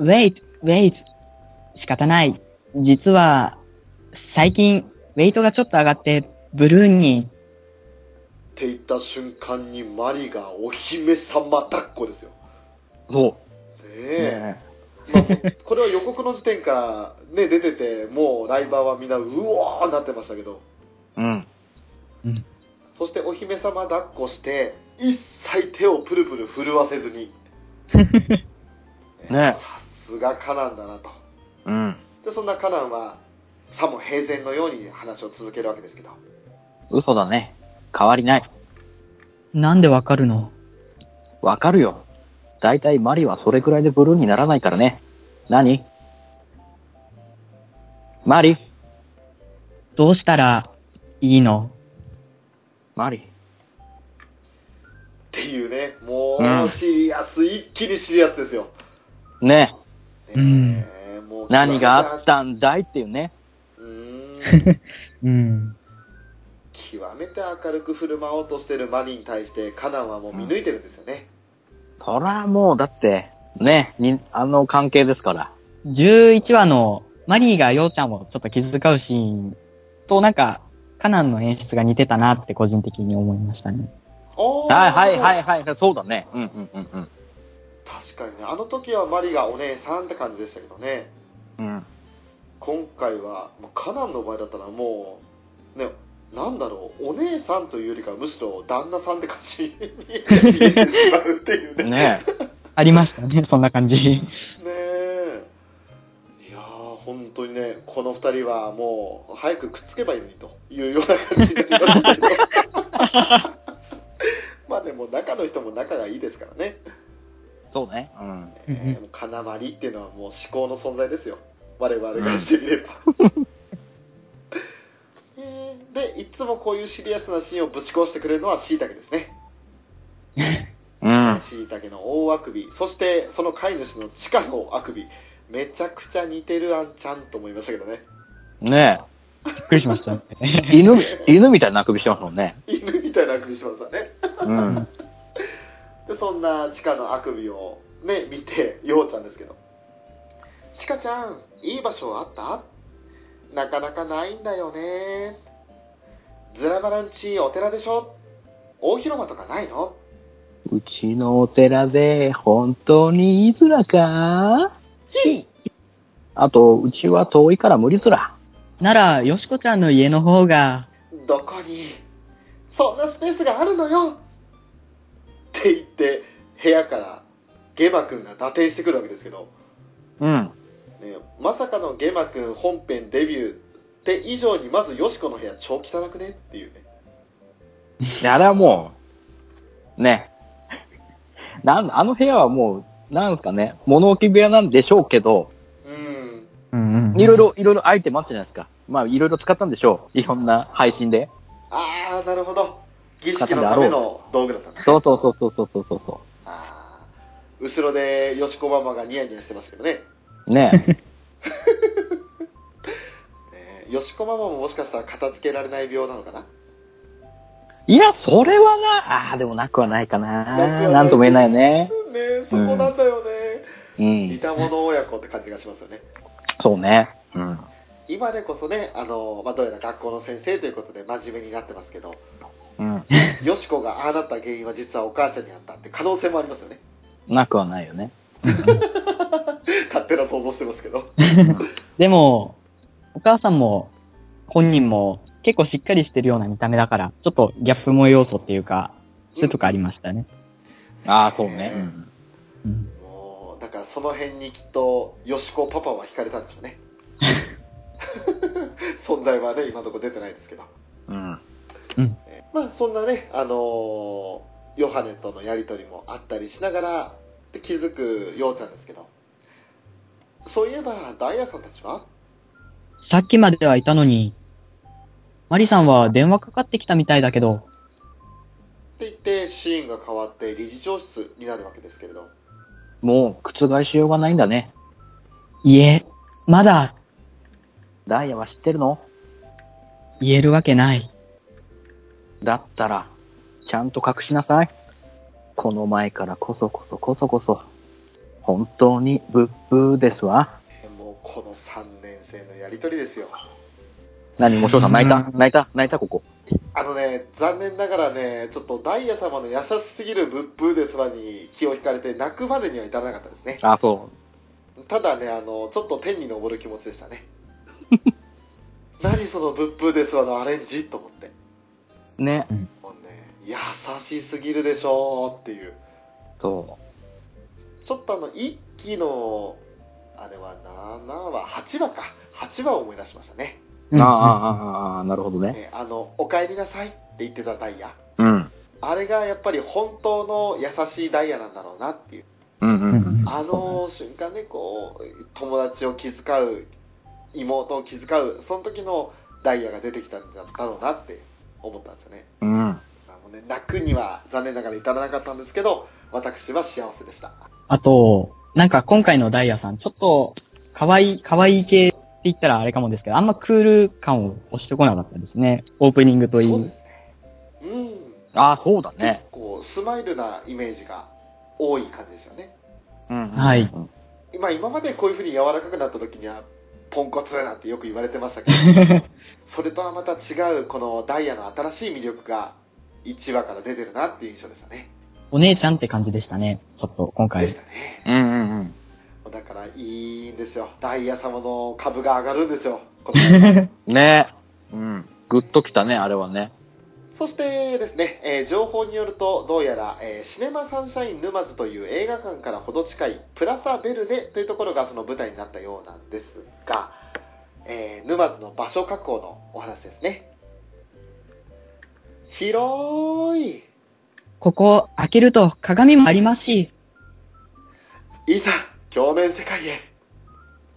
Speaker 4: ?Wait, wait. 仕方ない。実は、最近、ウェイトがちょっと上がって、ブルー
Speaker 2: っ
Speaker 4: に、
Speaker 2: て言った瞬間に、マリがお姫様抱っこですよ。ね
Speaker 3: そ
Speaker 2: え。まあ、これは予告の時点から、ね、出てて、もう、ライバーはみんな、うおーなってましたけど、
Speaker 3: うん。
Speaker 2: そしてお姫様抱っこして、一切手をプルプル震わせずに、
Speaker 3: ね
Speaker 2: さすがカナンだなと
Speaker 3: うん。
Speaker 2: でそんなカナンはさも平然のように話を続けるわけですけど
Speaker 3: 嘘だね。変わりない。
Speaker 4: なんでわかるの
Speaker 3: わかるよ。だいたいマリはそれくらいでブルーにならないからね。何マリ
Speaker 4: どうしたらいいの
Speaker 3: マリ。
Speaker 2: っていうねも
Speaker 3: う
Speaker 2: うんシリアス、一気にシリアスですよ、
Speaker 3: ねえ
Speaker 2: ね
Speaker 4: うん
Speaker 2: えもう
Speaker 3: 何があったんだいっていうね。
Speaker 2: うーん
Speaker 4: うん。
Speaker 2: 極めて明るく振る舞おうとしてるマリに対してカナンはもう見抜いてるんですよね、
Speaker 3: そらもうだって、ねえ、に、あの関係ですから。
Speaker 4: 11話のマリーがヨウちゃんをちょっと気遣うシーンとなんか、カナンの演出が似てたなって個人的に思いましたね。
Speaker 2: おー
Speaker 3: はいはいはいはい。そうだね。うんうんうんうん。
Speaker 2: 確かにねあの時はマリがお姉さんって感じでしたけどね
Speaker 3: うん、
Speaker 2: 今回はもうカナンの場合だったらもうねなんだろうお姉さんというよりかはむしろ旦那さんって感じに 見えてしまうっていうねね
Speaker 3: ねえ。
Speaker 4: ありましたね、 そんな感じ。
Speaker 2: えいやー本当にねこの2人はもう早くくっつけばいいのにというような感じですよ まあでも中の人も仲がいいですからね
Speaker 3: そうね。うん。
Speaker 2: えー、もう金まりっていうのはもう思考の存在ですよ我々からしてみれ ば、えーでいつもこういうシリアスなシーンをぶち壊してくれるのはしいたけですね
Speaker 3: うん。
Speaker 2: しいたけの大あくびそしてその飼い主の地下のあくびめちゃくちゃ似てるあんちゃんと思いましたけどね
Speaker 3: ね
Speaker 4: びっくりしましたね。
Speaker 3: え。犬、犬みたいなあくびしてますもんね。
Speaker 2: 犬みたいなあくびしてましたね
Speaker 3: うん。
Speaker 2: でそんなチカのあくびをね見てようちゃんですけど「チカちゃんいい場所あったなかなかないんだよねズラバラんちお寺でしょ大広間とかないの
Speaker 3: うちのお寺で本当にいいずらかあと、うちは遠いから無理ずら。
Speaker 4: なら、よしこちゃんの家の方が、
Speaker 2: どこにそんなスペースがあるのよ!」って言って部屋からゲマくんが打点してくるわけですけど
Speaker 3: うん。
Speaker 2: ね、まさかのゲマくん本編デビューって以上にまずよしこの部屋超汚くねっていうね
Speaker 3: であれはもう、ね。なん、あの部屋はもう、なんですかね、物置部屋なんでしょうけど、
Speaker 2: うん
Speaker 4: うん
Speaker 3: いろいろ、いろいろアイテムあったじゃないですか。まあ、いろいろ使ったんでしょう。いろんな配信で。
Speaker 2: ああなるほど儀式のための道具だったんだ
Speaker 3: そうそうそうそうそうそうそうそ
Speaker 2: あー後ろでよしこママがニヤニヤしてますけどね
Speaker 3: う。 ね
Speaker 2: ねよしこママももしかしたら片付けられない病なのかない
Speaker 3: や、それはな、ああ、でもなくはないか
Speaker 2: な
Speaker 3: な。
Speaker 2: くはない
Speaker 3: なんとも言えないね。
Speaker 2: ねそこなんだよね、
Speaker 3: う
Speaker 2: 似
Speaker 3: ん。
Speaker 2: た者親子って感じがしますよね
Speaker 3: そうね。うん。
Speaker 2: 今でこそねあの、まあ、どうやら学校の先生ということで真面目になってますけど
Speaker 3: うん。
Speaker 2: よしこがああなった原因は実はお母さんにあったって可能性もありますよね
Speaker 3: なくはないよね。
Speaker 2: 勝手な想像してますけど
Speaker 4: でも、お母さんも本人も結構しっかりしてるような見た目だから、ちょっとギャップ萌え要素っていうか、そういうとこありましたね。
Speaker 3: ああ、そうね。うん
Speaker 4: うん
Speaker 2: もうだからその辺にきっとよしこパパは惹かれたんでしょうね 存在はね今のところ出てないですけど、
Speaker 3: うん。
Speaker 2: えーまあそんなねあのーヨハネとのやり取りもあったりしながらで気づくようちゃんですけどそういえばダイヤさんたちは
Speaker 4: さっきまではいたのに、マリさんは電話かかってきたみたいだけど、
Speaker 2: って言ってシーンが変わって理事長室になるわけですけれど
Speaker 3: もう、覆しようがないんだね。
Speaker 4: いえ、まだ
Speaker 3: ダイヤは知ってるの
Speaker 4: 言えるわけない。
Speaker 3: だったら、ちゃんと隠しなさい。この前からこそこそこそこそ。本当にブッブーですわ。
Speaker 2: えーもうこの3年生のやり取りですよ
Speaker 3: 何もう翔さん泣いた泣いた泣いたここ。
Speaker 2: あのね、残念ながらね、ちょっとダイヤ様の優しすぎる仏風ですわに気を引かれて、泣くまでには至らなかったですね。
Speaker 3: ああ、そ
Speaker 2: ただね、あの、ちょっと天に昇る気持ちでしたね。何その仏風ですわのアレンジと思って。
Speaker 3: う。ね。
Speaker 2: もうね、優しすぎるでしょうっていう。
Speaker 3: そ
Speaker 2: ちょっとあの、一期の、あれは7話、8話か。8話を思い出しましたね。
Speaker 4: うん
Speaker 3: ああ、ああ、なるほどね。
Speaker 2: ねあの、お帰りなさいって言ってたダイヤ。
Speaker 3: うん。
Speaker 2: あれがやっぱり本当の優しいダイヤなんだろうなっていう。
Speaker 3: うんうんうん。
Speaker 2: あの瞬間ね、こう、友達を気遣う、妹を気遣う、その時のダイヤが出てきたんだろうなって思ったんですよね。
Speaker 3: うん。
Speaker 2: あのね泣くには残念ながら至らなかったんですけど、私は幸せでした。
Speaker 4: あと、なんか今回のダイヤさん、ちょっと、可愛い、可愛い系って言ったらあれかもですけど、あんまクール感を押してこなかったですね。オープニングとい
Speaker 2: そうで
Speaker 4: い。
Speaker 2: すね。うん。
Speaker 3: ああ、そうだね。
Speaker 2: こう、スマイルなイメージが多い感じですよね。
Speaker 3: うん。
Speaker 4: はい
Speaker 2: 今、今までこういう風に柔らかくなった時には、ポンコツなんてよく言われてましたけど、それとはまた違う、このダイヤの新しい魅力が、1話から出てるなっていう印象でしたね。
Speaker 4: お姉ちゃんって感じでしたね。ちょっと今回
Speaker 2: でし。たね。
Speaker 3: うんうんうん。
Speaker 2: だから、いいんですよ。ダイヤ様の株が上がるんですよ。今年
Speaker 3: ねうん。ぐっときたね、あれはね。
Speaker 2: そしてですね、えー情報によると、どうやら、えーシネマサンシャイン沼津という映画館からほど近い、プラサベルデというところがその舞台になったようなんですが、えー沼津の場所確保のお話ですね。広い
Speaker 4: ここ、開けると鏡もありますし。
Speaker 2: いざ、鏡面世界へ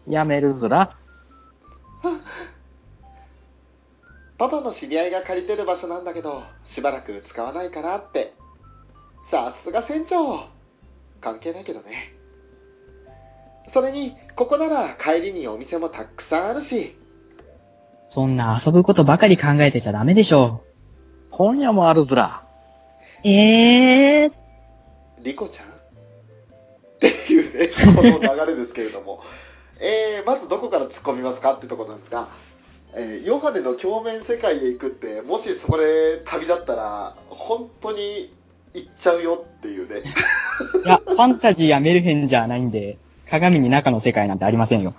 Speaker 3: やめるずら。
Speaker 2: パパの知り合いが借りてる場所なんだけど、しばらく使わないかなって。さすが船長関係ないけどね。それに、ここなら帰りにお店もたくさんあるし、
Speaker 4: そんな遊ぶことばかり考えてちゃダメでしょ
Speaker 3: 本屋もあるずら。
Speaker 4: う。ええー。
Speaker 2: リコちゃんっていうね、この流れですけれども。えー、まずどこから突っ込みますかってとこなんですが、えーヨハネの鏡面世界へ行くって、もしそこで旅だったら、本当に行っちゃうよっていうね。
Speaker 4: いや、ファンタジーやメルヘンじゃないんで、鏡に中の世界なんてありませんよ。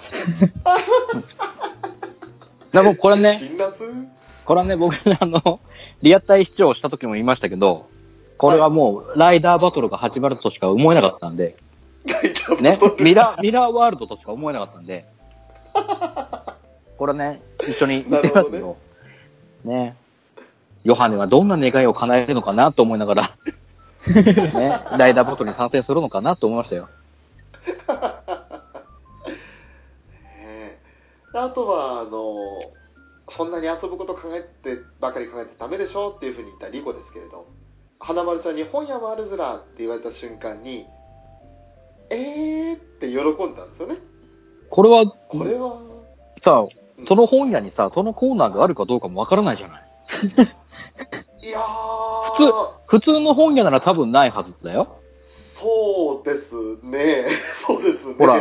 Speaker 3: でもこれね、
Speaker 2: 辛辣
Speaker 3: これはね、僕、あの、リアタイ視聴した時も言いましたけど、これはもう、ライダーバトルが始まるとしか思えなかったんで、ね、ミラー、ミラーワールドとしか思えなかったんで、これね、一緒に見てますけ
Speaker 2: なる
Speaker 3: ど、ね、ヨハネはどんな願いを叶えるのかなと思いながら、ね、ライダーバトルに参戦するのかなと思いましたよ。
Speaker 2: ねえあとはあのそんなに遊ぶこと考えてばかり考えてダメでしょっていうふうに言ったリコですけれど花丸さんに「本屋もあるずら」って言われた瞬間に「えー」って喜んだんですよね
Speaker 3: これは、
Speaker 2: これは
Speaker 3: さ、その本屋にさ、そのコーナーがあるかどうかもわからないじゃない。
Speaker 2: いやー
Speaker 3: 普通の本屋なら多分ないはずだよ。
Speaker 2: そうですね そうですね
Speaker 3: ほら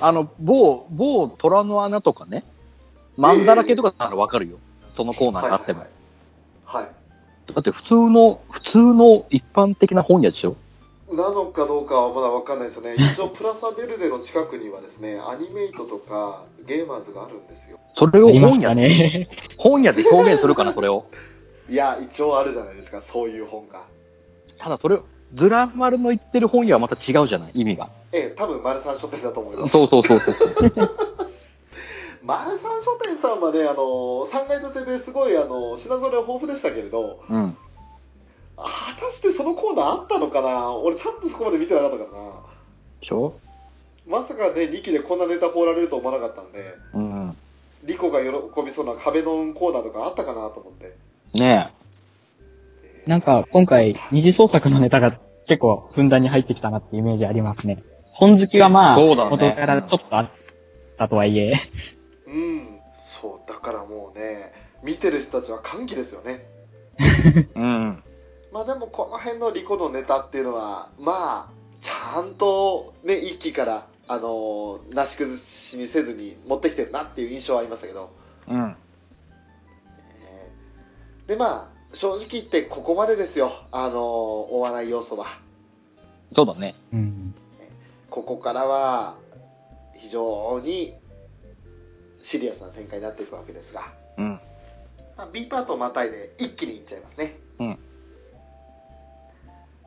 Speaker 3: あの、某、某虎の穴とかね、マンだらけとかならわかるよ。そのコーナーがあっても。
Speaker 2: はいはいはい、はい
Speaker 3: だって普通の、普通の一般的な本屋でしょ
Speaker 2: なのかどうかはまだわかんないですよね一応プラサベルデの近くにはですねアニメイトとかゲーマーズがあるんですよ
Speaker 3: それ
Speaker 4: あ
Speaker 3: を
Speaker 4: りま
Speaker 3: 本
Speaker 4: した
Speaker 3: 屋で、
Speaker 4: ね。
Speaker 3: 本屋で表現するかな、それを。
Speaker 2: いや、一応あるじゃないですか、そういう本が。
Speaker 3: ただそれを、ずらん丸の言ってる本屋はまた違うじゃない意味が。
Speaker 2: ええ、多分丸三書店だと思います。
Speaker 3: そうそうそうそう。
Speaker 2: 丸三書店さんはね、あの、3階建てですごい、あの、品揃え豊富でしたけれど、
Speaker 3: うん。
Speaker 2: 果たしてそのコーナーあったのかな俺ちゃんとそこまで見てなかったからな。
Speaker 3: でしょ
Speaker 2: まさかね、2期でこんなネタ放られると思わなかったんで、
Speaker 3: うん。
Speaker 2: リコが喜びそうな壁ドンコーナーとかあったかなと思って。
Speaker 3: ね
Speaker 4: なんか今回、二次創作のネタが結構ふんだんに入ってきたなってイメージありますね。本好きはまあ、
Speaker 3: そうだね
Speaker 4: 元からちょっとあったとはいえ。
Speaker 2: うん。そう、だからもうね、見てる人たちは歓喜ですよね。
Speaker 3: え。うん。
Speaker 2: まあでもこの辺のリコのネタっていうのはまあちゃんとね一気からあのーなし崩しにせずに持ってきてるなっていう印象はありましたけど、
Speaker 3: うん。
Speaker 2: えーでまあ正直言ってここまでですよあのーお笑い要素は
Speaker 3: そうだね。
Speaker 4: うん。
Speaker 2: ここからは非常にシリアスな展開になっていくわけですが、
Speaker 3: うん。
Speaker 2: まあ、B パートをまたいで一気にいっちゃいますね
Speaker 3: うん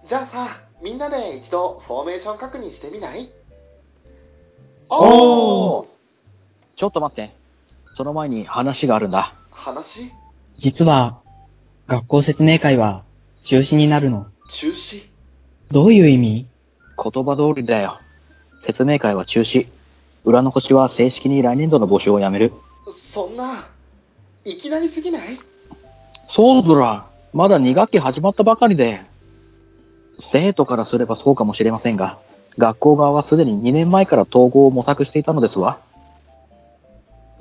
Speaker 2: じゃあさみんなで一度フォーメーション確認してみない
Speaker 3: お
Speaker 2: ー
Speaker 3: ちょっと待って。その前に話があるんだ。
Speaker 2: 話
Speaker 4: 実は、学校説明会は中止になるの。
Speaker 2: 中止
Speaker 4: どういう意味
Speaker 3: 言葉通りだよ。説明会は中止。裏の星は正式に来年度の募集をやめる。
Speaker 2: そんないきなりすぎない
Speaker 3: そうだら、まだ2学期始まったばかりで。生徒からすればそうかもしれませんが、学校側はすでに2年前から統合を模索していたのですわ。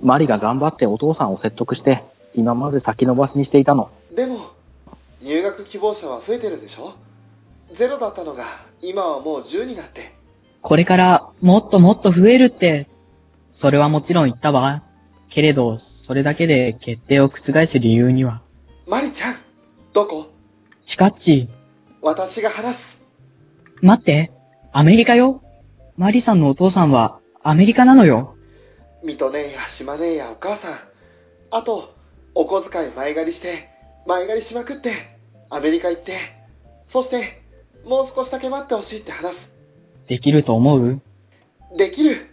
Speaker 3: マリが頑張ってお父さんを説得して、今まで先延ばしにしていたの。
Speaker 2: でも入学希望者は増えてるでしょゼロだったのが今はもう10になって
Speaker 4: これからもっともっと増えるって、それはもちろん言ったわ。けれど、それだけで決定を覆す理由には、
Speaker 2: マリちゃんどこ
Speaker 4: しかっち、
Speaker 2: 私が話す
Speaker 4: 待って、アメリカよ。マリさんのお父さんはアメリカなのよ。
Speaker 2: 水戸姉や島姉やお母さんあとお小遣い前借りして前借りしまくってアメリカ行ってそしてもう少しだけ待ってほしいって話す
Speaker 4: できると思う
Speaker 2: できる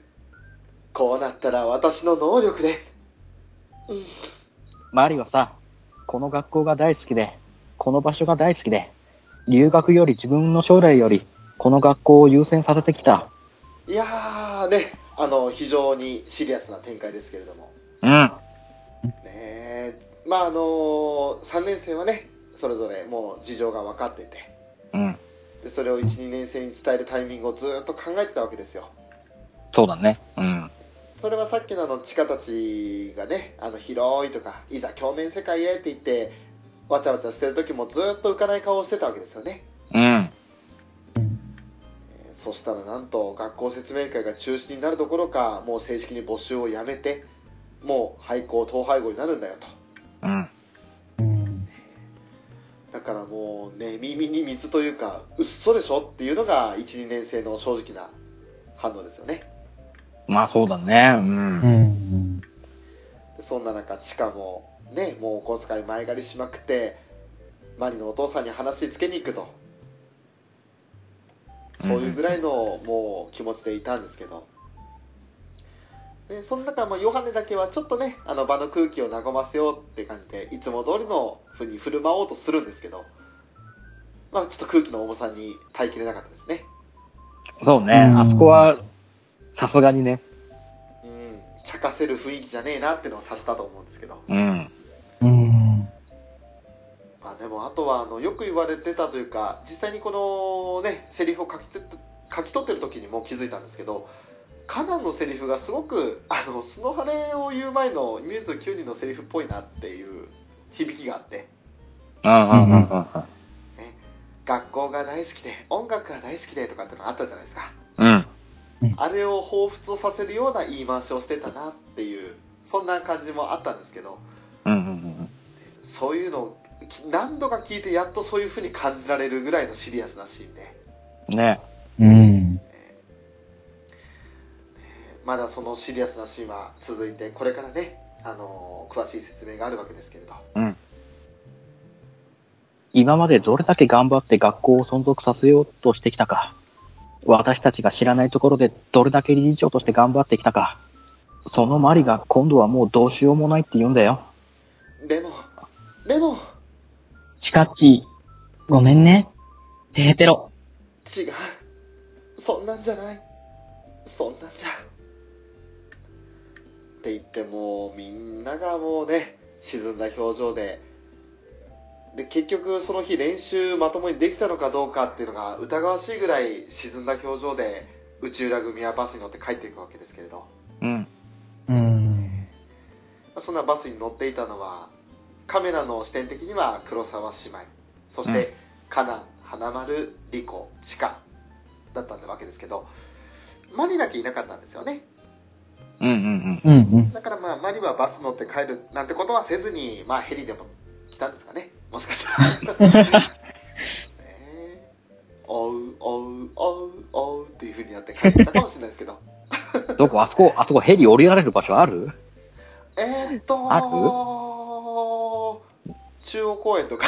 Speaker 2: こうなったら私の能力で
Speaker 3: マリはさ、この学校が大好きで、この場所が大好きで、留学より自分の将来より、この学校を優先させてきた。
Speaker 2: いやーねあの非常にシリアスな展開ですけれども
Speaker 3: うん。
Speaker 2: ねえまああの3年生はねそれぞれもう事情が分かってて
Speaker 3: うん。
Speaker 2: でそれを12年生に伝えるタイミングをずーっと考えてたわけですよ
Speaker 3: そうだね。うん。
Speaker 2: それはさっきのあのチカたちがねあの広いとかいざ鏡面世界へって言ってわちゃわちゃしてる時もずーっと浮かない顔をしてたわけですよね
Speaker 3: うん。
Speaker 2: えーそしたらなんと学校説明会が中止になるどころかもう正式に募集をやめてもう廃校統廃合になるんだよと
Speaker 3: うん。
Speaker 2: だからもう寝耳に水というかうっそでしょっていうのが12年生の正直な反応ですよね
Speaker 3: まあそうだね。うん。
Speaker 4: ん。
Speaker 2: でそんな中しかもねもうお小遣い前借りしまくってマリのお父さんに話つけに行くとそういうぐらいのもう気持ちでいたんですけどでその中もヨハネだけはちょっとねあの場の空気を和ませようって感じでいつも通りの風に振る舞おうとするんですけどまあちょっと空気の重さに耐えきれなかったですね
Speaker 3: そうね。
Speaker 4: うん
Speaker 3: あそこは、さすがにね。
Speaker 2: うん茶化せる雰囲気じゃねえなってのを察したと思うんですけど
Speaker 3: うん。
Speaker 4: うん。
Speaker 2: まあでもあとはあのよく言われてたというか実際にこのねセリフを書きて書き取ってる時にも気づいたんですけどカナンのセリフがすごくあのスノハレを言う前のミューズ9人のセリフっぽいなっていう響きがあって
Speaker 3: うんうんうんうん
Speaker 2: 学校が大好きで音楽が大好きでとかってのあったじゃないですか
Speaker 3: うん。うん。
Speaker 2: あれを彷彿とさせるような言い回しをしてたなっていうそんな感じもあったんですけど
Speaker 3: うんうん
Speaker 2: そういうのをき何度か聞いてやっとそういう風に感じられるぐらいのシリアスなシーンで、
Speaker 3: うん。ね。
Speaker 4: うん。
Speaker 2: まだそのシリアスなシーンは続いてこれからね、あのー詳しい説明があるわけですけれど
Speaker 3: 今までどれだけ頑張って学校を存続させようとしてきたか。私たちが知らないところでどれだけ理事長として頑張ってきたか。そのマリが今度はもうどうしようもないって言うんだよ。
Speaker 2: でもでも
Speaker 4: チカッチ、ごめんね。テヘペロ。
Speaker 2: 違うそんなんじゃないそんなんじゃって言ってもうみんながもうね沈んだ表情でで結局その日練習まともにできたのかどうかっていうのが疑わしいぐらい沈んだ表情で内浦組はバスに乗って帰っていくわけですけれど
Speaker 3: うん。
Speaker 4: うん。
Speaker 2: そんなバスに乗っていたのはカメラの視点的には黒沢姉妹そして、
Speaker 3: う
Speaker 2: カナン花丸リコチカだったんだわけですけどマリだけいなかったんですよね
Speaker 3: うんうん
Speaker 4: うんうん。
Speaker 2: だからまあマリはバス乗って帰るなんてことはせずにまあヘリでも来たんですかねもしかしたら ねえおうおうおうおうっていうふうにやって帰ってたかもしれないですけど
Speaker 3: うん。どこあそこ、あそこヘリ降りられる場所ある
Speaker 2: えーっと
Speaker 3: あ
Speaker 2: ー中央公園とか、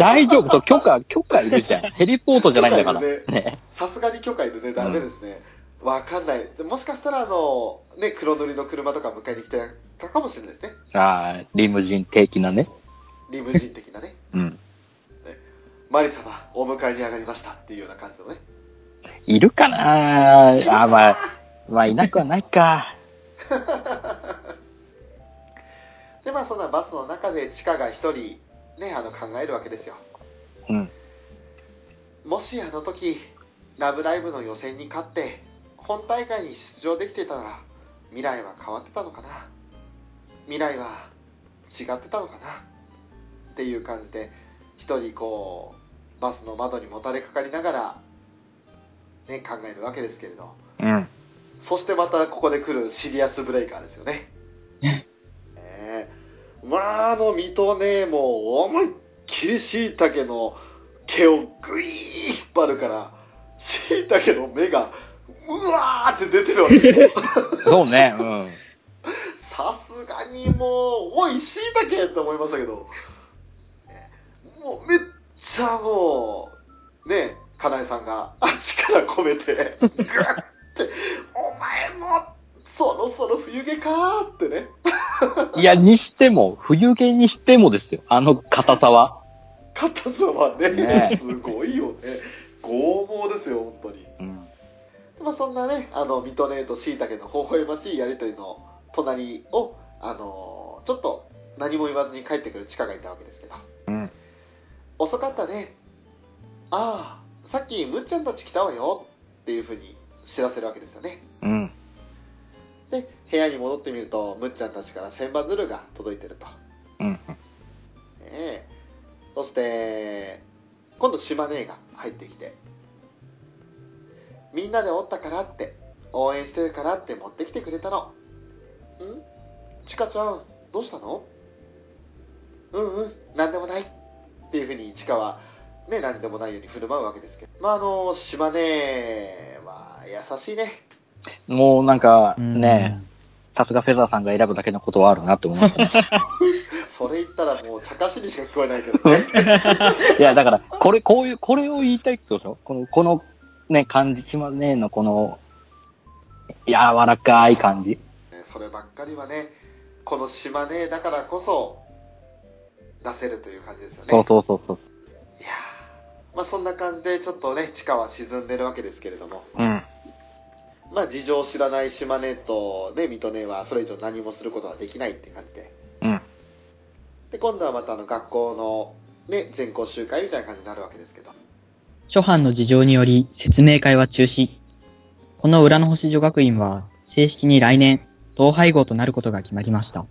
Speaker 3: 大丈夫そう許可、許可いるじゃん。ヘリポートじゃないんだから。
Speaker 2: 許可いる
Speaker 3: ね。
Speaker 2: さすがに許可いるね、ダメですね。わ、かんない。でもしかしたら、あの、ね、黒塗りの車とか迎えに来てたかもしれないですね。
Speaker 3: ああ、リムジン的なね。
Speaker 2: リムジン的なね。
Speaker 3: うん。
Speaker 2: マリ様、お迎えに上がりましたっていうような感じのね。
Speaker 3: いるかなああ、まあ、まあ、いなくはないか。
Speaker 2: で、まあそんなバスの中で地下が一人、ね、あの考えるわけですよ。
Speaker 3: うん。
Speaker 2: もしあの時、ラブライブの予選に勝って、本大会に出場できてたら、未来は変わってたのかな未来は違ってたのかなっていう感じで、一人こう、バスの窓にもたれかかりながら、ね、考えるわけですけれど。
Speaker 3: うん。
Speaker 2: そしてまたここで来るシリアスブレイカーですよね。ねえまあ、あの、水戸ね、もう思いっきり椎茸の毛をぐいー引っ張るから、椎茸の目が、うわーって出てるわけよ。
Speaker 3: そうね。うん。
Speaker 2: さすがにもう、おい、椎茸って思いましたけど、ねもうめっちゃもう、ね、かなえさんが足から込めて、グッて、お前も、そろそろ冬毛かーってね、
Speaker 3: いや、にしても、冬毛にしてもですよ。あの硬さは。
Speaker 2: 硬さはね、
Speaker 3: ね
Speaker 2: すごいよね。剛毛ですよ、本当に。
Speaker 3: うん。
Speaker 2: まあ、そんなね、あの、ミトネーとシイタケの微笑ましいやりとりの隣を、あのーちょっと何も言わずに帰ってくるチカがいたわけですけど。
Speaker 3: うん
Speaker 2: 遅かったね。ああ、さっきむっちゃんたち来たわよっていうふうに知らせるわけですよね。
Speaker 3: うん。
Speaker 2: で、部屋に戻ってみると、むっちゃんたちから千羽鶴が届いてると。
Speaker 3: うん。
Speaker 2: ねえそして今度島姉が入ってきてみんなでおったからって応援してるからって持ってきてくれたのんちかちゃんどうしたのうんうん何でもないっていうふうにちかはね何でもないように振る舞うわけですけどまああの島姉は優しいね
Speaker 3: もうなんか、
Speaker 4: うん
Speaker 3: ねさすがフェザーさんが選ぶだけのことはあるなって思いましたね。
Speaker 2: それ言ったらもう茶化しにしか聞こえないけどね
Speaker 3: いや、だから、これ、こういう、これを言いたいってことでしょこの、この、ね、感じ、島ねのこの、柔らかい感じ。
Speaker 2: ねそればっかりはねこの島根だからこそ出せるという感じですよね
Speaker 3: そうそうそうそう。
Speaker 2: いやーまあそんな感じでちょっとね地下は沈んでるわけですけれども
Speaker 3: うん。
Speaker 2: まあ事情を知らない島根とね水戸根はそれ以上何もすることはできないって感じで
Speaker 3: うん。
Speaker 2: で今度はまたあの学校のね全校集会みたいな感じになるわけですけど
Speaker 4: 諸般の事情により説明会は中止。この裏の星女学院は正式に来年、統廃合となることが決まりました。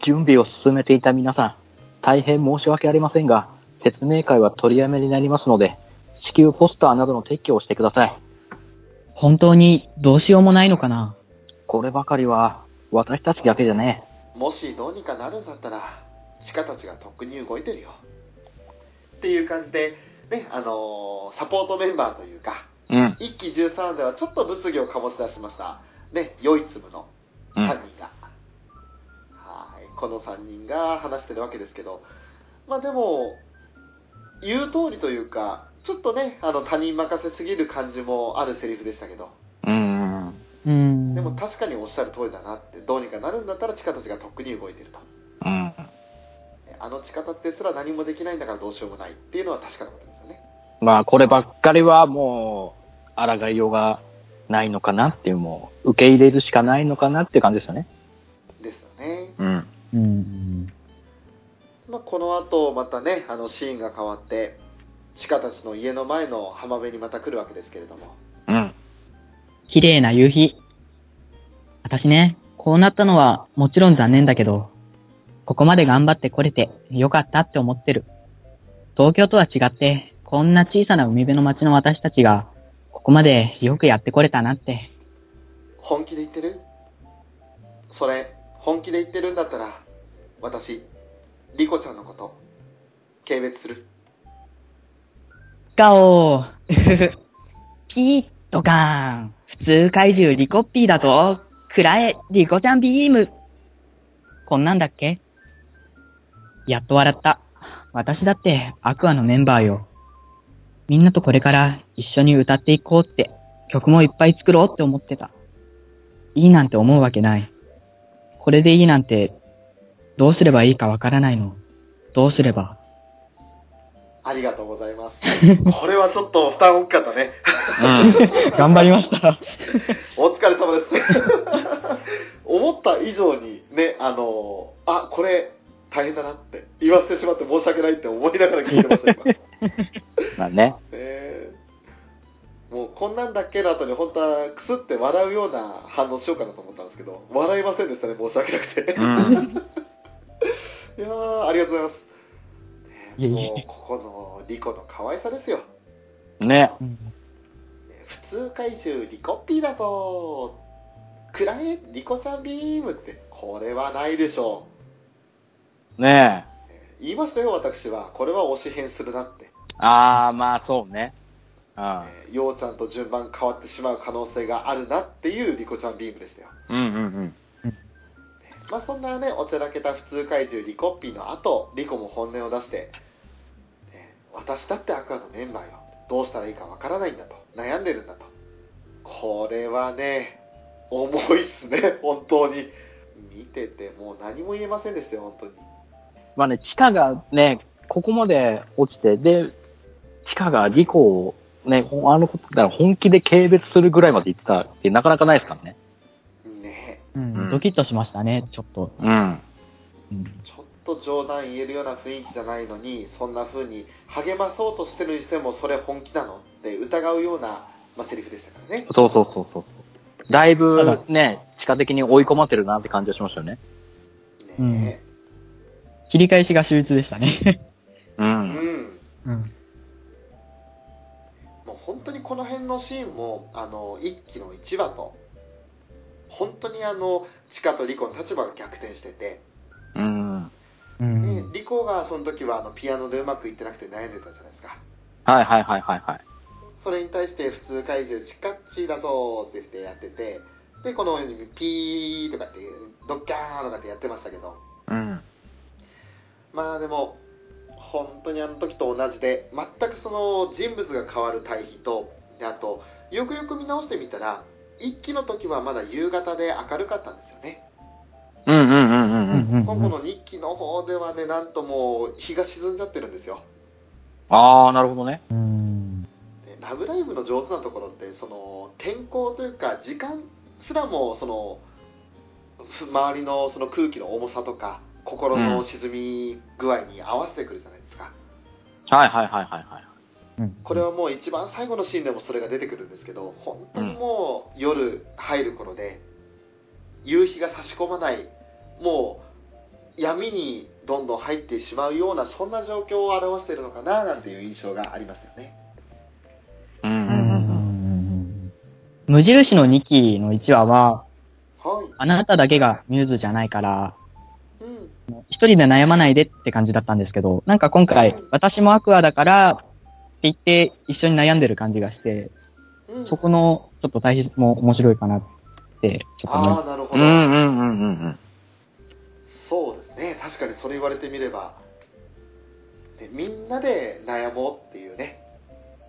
Speaker 3: 準備を進めていた皆さん、大変申し訳ありませんが、説明会は取りやめになりますので、至急ポスターなどの撤去をしてください。
Speaker 4: 本当にどうしようもないのかな
Speaker 3: こればかりは、私たちだけじゃね
Speaker 2: もしどうにかなるんだったら地下たちがとっくに動いてるよっていう感じでねあのーサポートメンバーというか
Speaker 3: え。うん。
Speaker 2: 一期13ではちょっと物議を醸し出しましたね良い粒の
Speaker 3: うん
Speaker 2: 3人が、はいこの3人が話してるわけですけどまあでも言う通りというかちょっとねあの他人任せすぎる感じもあるセリフでしたけど
Speaker 3: うん。
Speaker 4: うーん。
Speaker 2: でも確かにおっしゃる通りだなってどうにかなるんだったら地下たちがとっくに動いてると
Speaker 3: うん。
Speaker 2: あの地下たちですら何もできないんだからどうしようもないっていうのは確かなことですよね
Speaker 3: まあ、こればっかりはもう、抗いようがないのかなっていう、もう、受け入れるしかないのかなっていう感じですよね。
Speaker 2: ですよね
Speaker 3: うん。
Speaker 4: うん。
Speaker 2: まあ、この後またねあのシーンが変わってチカたちの家の前の浜辺にまた来るわけですけれども
Speaker 3: うん。
Speaker 4: 綺麗な夕日。私ね、こうなったのはもちろん残念だけど、ここまで頑張ってこれてよかったって思ってる。東京とは違って、こんな小さな海辺の町の私たちが、ここまでよくやってこれたなって。
Speaker 2: 本気で言ってるそれ本気で言ってるんだったら私リコちゃんのこと軽蔑する
Speaker 4: ガオーピーッとかーン普通怪獣リコッピーだぞくらえ、リコちゃんビームこんなんだっけやっと笑った。私だってアクアのメンバーよ。みんなとこれから一緒に歌っていこうって、曲もいっぱい作ろうって思ってた。いいなんて思うわけない。これでいいなんて、どうすればいいかわからないの。どうすれば。
Speaker 2: ありがとうございます。これはちょっと負担大きかったね。
Speaker 4: 頑張りました。
Speaker 2: お疲れ様です。思った以上にね、あの、あ、これ大変だなって言わせてしまって申し訳ないって思いながら聞いてました、 今。ね
Speaker 3: まあね。
Speaker 2: えもうこんなんだっけの後に本当はくすって笑うような反応しようかなと思ったんですけど、笑いませんでしたね、申し訳なくて。いやー、ありがとうございます。
Speaker 4: いえ
Speaker 2: ね
Speaker 4: いえ
Speaker 2: もうここのリコの可愛さですよ。
Speaker 3: ね。
Speaker 2: 普通回収リコッピーだぞくらえリコちゃんビームってこれはないでしょ
Speaker 3: ねえ。
Speaker 2: う言いましたよ私はこれは推し変するなって、
Speaker 3: ああ、まあそうね。うん
Speaker 2: えーようちゃんと順番変わってしまう可能性があるなっていうリコちゃんビームでしたよ
Speaker 3: うんうんうん。
Speaker 2: まあそんなねおちゃらけた普通怪獣リコッピーの後リコも本音を出して、ね私だってアクアのメンバーよどうしたらいいかわからないんだと悩んでるんだとこれはね重いっすね本当に見ててもう何も言えませんでしたよ本当に
Speaker 3: まあね、チカがね、ここまで落ちて、で、チカがリコをね、ほんあのことだから本気で軽蔑するぐらいまで行ったってなかなかないですからね。
Speaker 2: ね
Speaker 4: うん、ドキッとしましたね、ちょっと。
Speaker 3: うん。
Speaker 4: うん
Speaker 2: ちょっと冗談言えるような雰囲気じゃないのにそんな風に励まそうとしてるにしてもそれ本気なのって疑うような、まあ、セリフでしたからね
Speaker 3: そうそうそうそう。だい
Speaker 4: た
Speaker 3: ぶ
Speaker 4: だ
Speaker 3: ね、地下的に追い込まれてるなって感じがしましたよね。
Speaker 2: ね
Speaker 4: 切り返しが秀逸でしたね。
Speaker 3: う
Speaker 2: うん
Speaker 3: ん。
Speaker 4: うん。
Speaker 2: もう本当にこの辺のシーンもあの一期の一話と本当にあのチカとリコの立場が逆転してて、
Speaker 3: うん。
Speaker 4: う
Speaker 2: で
Speaker 4: ん。
Speaker 2: リコがその時はあのピアノでうまくいってなくて悩んでたじゃないですか
Speaker 3: はいはいはいはいはい。
Speaker 2: それに対して普通怪獣チカッチだぞーって言ってやっててでこのようにピーとかってドッキャーンとかってやってましたけど
Speaker 3: うん。
Speaker 2: まあでも本当にあの時と同じで全くその人物が変わる対比とであとよくよく見直してみたら一期の時はまだ夕方で明るかったんですよね
Speaker 3: うんうんうんうん
Speaker 4: う
Speaker 3: うん。
Speaker 4: ん。
Speaker 2: 今後の日記の方ではねなんともう日が沈んじゃってるんですよ
Speaker 3: ああ、なるほどね。
Speaker 4: うん。
Speaker 2: でラブライブ!」の上手なところってその天候というか時間すらもそのふ周りのその空気の重さとか心の沈み具合に合わせてくるじゃないですか、
Speaker 3: はいはいはいはいはい。
Speaker 2: これはもう一番最後のシーンでもそれが出てくるんですけど本当にもう夜入る頃で夕日が差し込まないもう闇にどんどん入ってしまうようなそんな状況を表しているのかななんていう印象がありますよね。
Speaker 3: うん
Speaker 4: う
Speaker 3: うんうんうん。
Speaker 4: ん無印の2期の1話は、
Speaker 2: はい、
Speaker 4: あなただけがミューズじゃないから、
Speaker 2: うん
Speaker 4: 一人で悩まないでって感じだったんですけど、なんか今回、私もアクアだからって言って一緒に悩んでる感じがして、
Speaker 2: うん、
Speaker 4: そこのちょっと対比も面白いかなって、ちょっと思い
Speaker 2: ああなるほ
Speaker 3: う
Speaker 2: ど、
Speaker 3: んうんうんうんうん。
Speaker 2: そうですね確かにそれ言われてみれば、ね、みんなで悩もうっていうね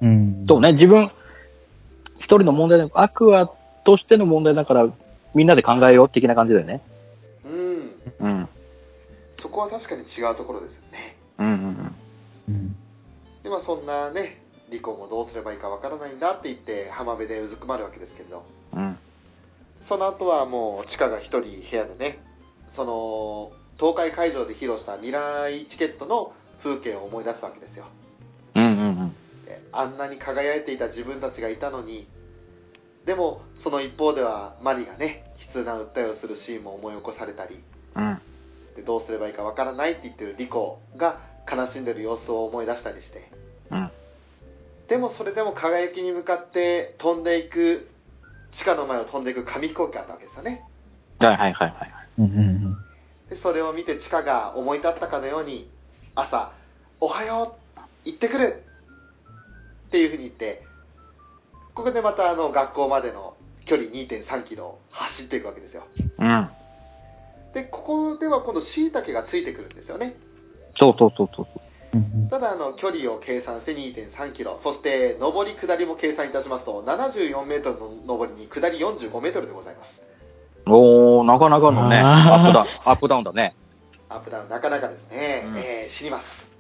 Speaker 4: うん。
Speaker 3: そうね、自分、一人の問題だアクアとしての問題だから、みんなで考えよう的な感じだよね。
Speaker 2: うん
Speaker 3: うん。
Speaker 2: そこは確かに違うところですよね。
Speaker 3: うんうん
Speaker 4: うん
Speaker 2: でまあそんなねリコもどうすればいいかわからないんだって言って浜辺でうずくまるわけですけど
Speaker 3: うん。うん。
Speaker 2: その後はもうチカが一人部屋でねその東海会場で披露した未来チケットの風景を思い出すわけですよ
Speaker 3: うんうんうん。
Speaker 2: であんなに輝いていた自分たちがいたのにでもその一方ではマリがね悲痛な訴えをするシーンも思い起こされたり
Speaker 3: うん。
Speaker 2: でどうすればいいかわからないって言ってるリコが悲しんでる様子を思い出したりして、
Speaker 3: うん
Speaker 2: でもそれでも輝きに向かって飛んでいく地下の前を飛んでいく紙飛行機があったわけですよね
Speaker 3: はいはいはいはい。
Speaker 4: うんうん
Speaker 2: でそれを見て地下が思い立ったかのように朝「おはよう行ってくる!」っていうふうに言ってここでまたあの学校までの距離2 3キロを走っていくわけですよ
Speaker 3: うん。
Speaker 2: でここでは今度しいたけがついてくるんですよね
Speaker 3: そうそうそうそう。
Speaker 2: ただあの距離を計算して2.3キロそして上り下りも計算いたしますと74メートルの上りに下り45メートルでございます
Speaker 3: おー、なかなかのね、
Speaker 4: あー
Speaker 3: アップダウン、アップダウンだね。
Speaker 2: アップダウンなかなかですね、
Speaker 3: うん
Speaker 2: えー死に ます、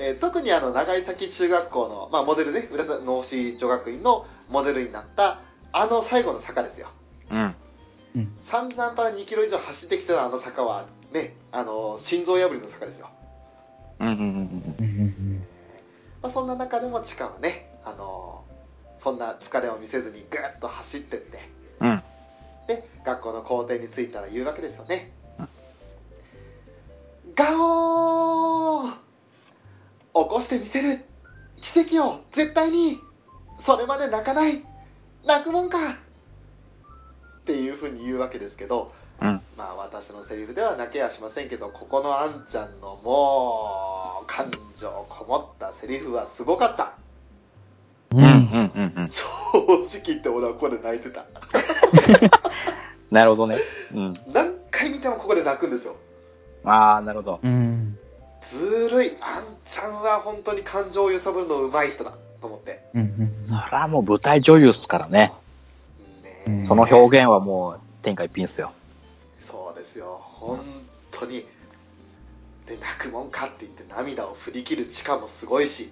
Speaker 2: えー特にあの長井崎中学校の、まあ、モデルね浦野星女学院のモデルになったあの最後の坂ですよ
Speaker 3: うん。
Speaker 2: 散々から2キロ以上走ってきたあの坂はねあの心臓破りの坂ですよ、
Speaker 3: うんうんうんうん。
Speaker 2: まあ、そんな中でも地下はねあのそんな疲れを見せずにぐーっと走ってって、
Speaker 3: うん
Speaker 2: で学校の校庭に着いたら言うわけですよね、ガオー起こしてみせる奇跡を絶対にそれまで泣かない泣くもんかっていうふうに言うわけですけど、
Speaker 3: うん
Speaker 2: まあ私のセリフでは泣けやしませんけどここのあんちゃんのもう感情こもったセリフはすごかった
Speaker 3: うんうんうんうん。
Speaker 2: 正直言って俺はここで泣いてた
Speaker 3: なるほどね。うん。
Speaker 2: 何回見てもここで泣くんですよ
Speaker 3: あー、なるほど。
Speaker 4: うん。
Speaker 2: ずるいあんちゃんは本当に感情を揺さぶるの上手い人だと思って
Speaker 4: うん。
Speaker 3: それはもう舞台女優っすからね。
Speaker 2: ね
Speaker 4: うん
Speaker 2: え
Speaker 3: その表現はもう天下一品っすよ。
Speaker 2: そうですよ本当にで泣くもんかって言って涙を振り切る力もすごいしいや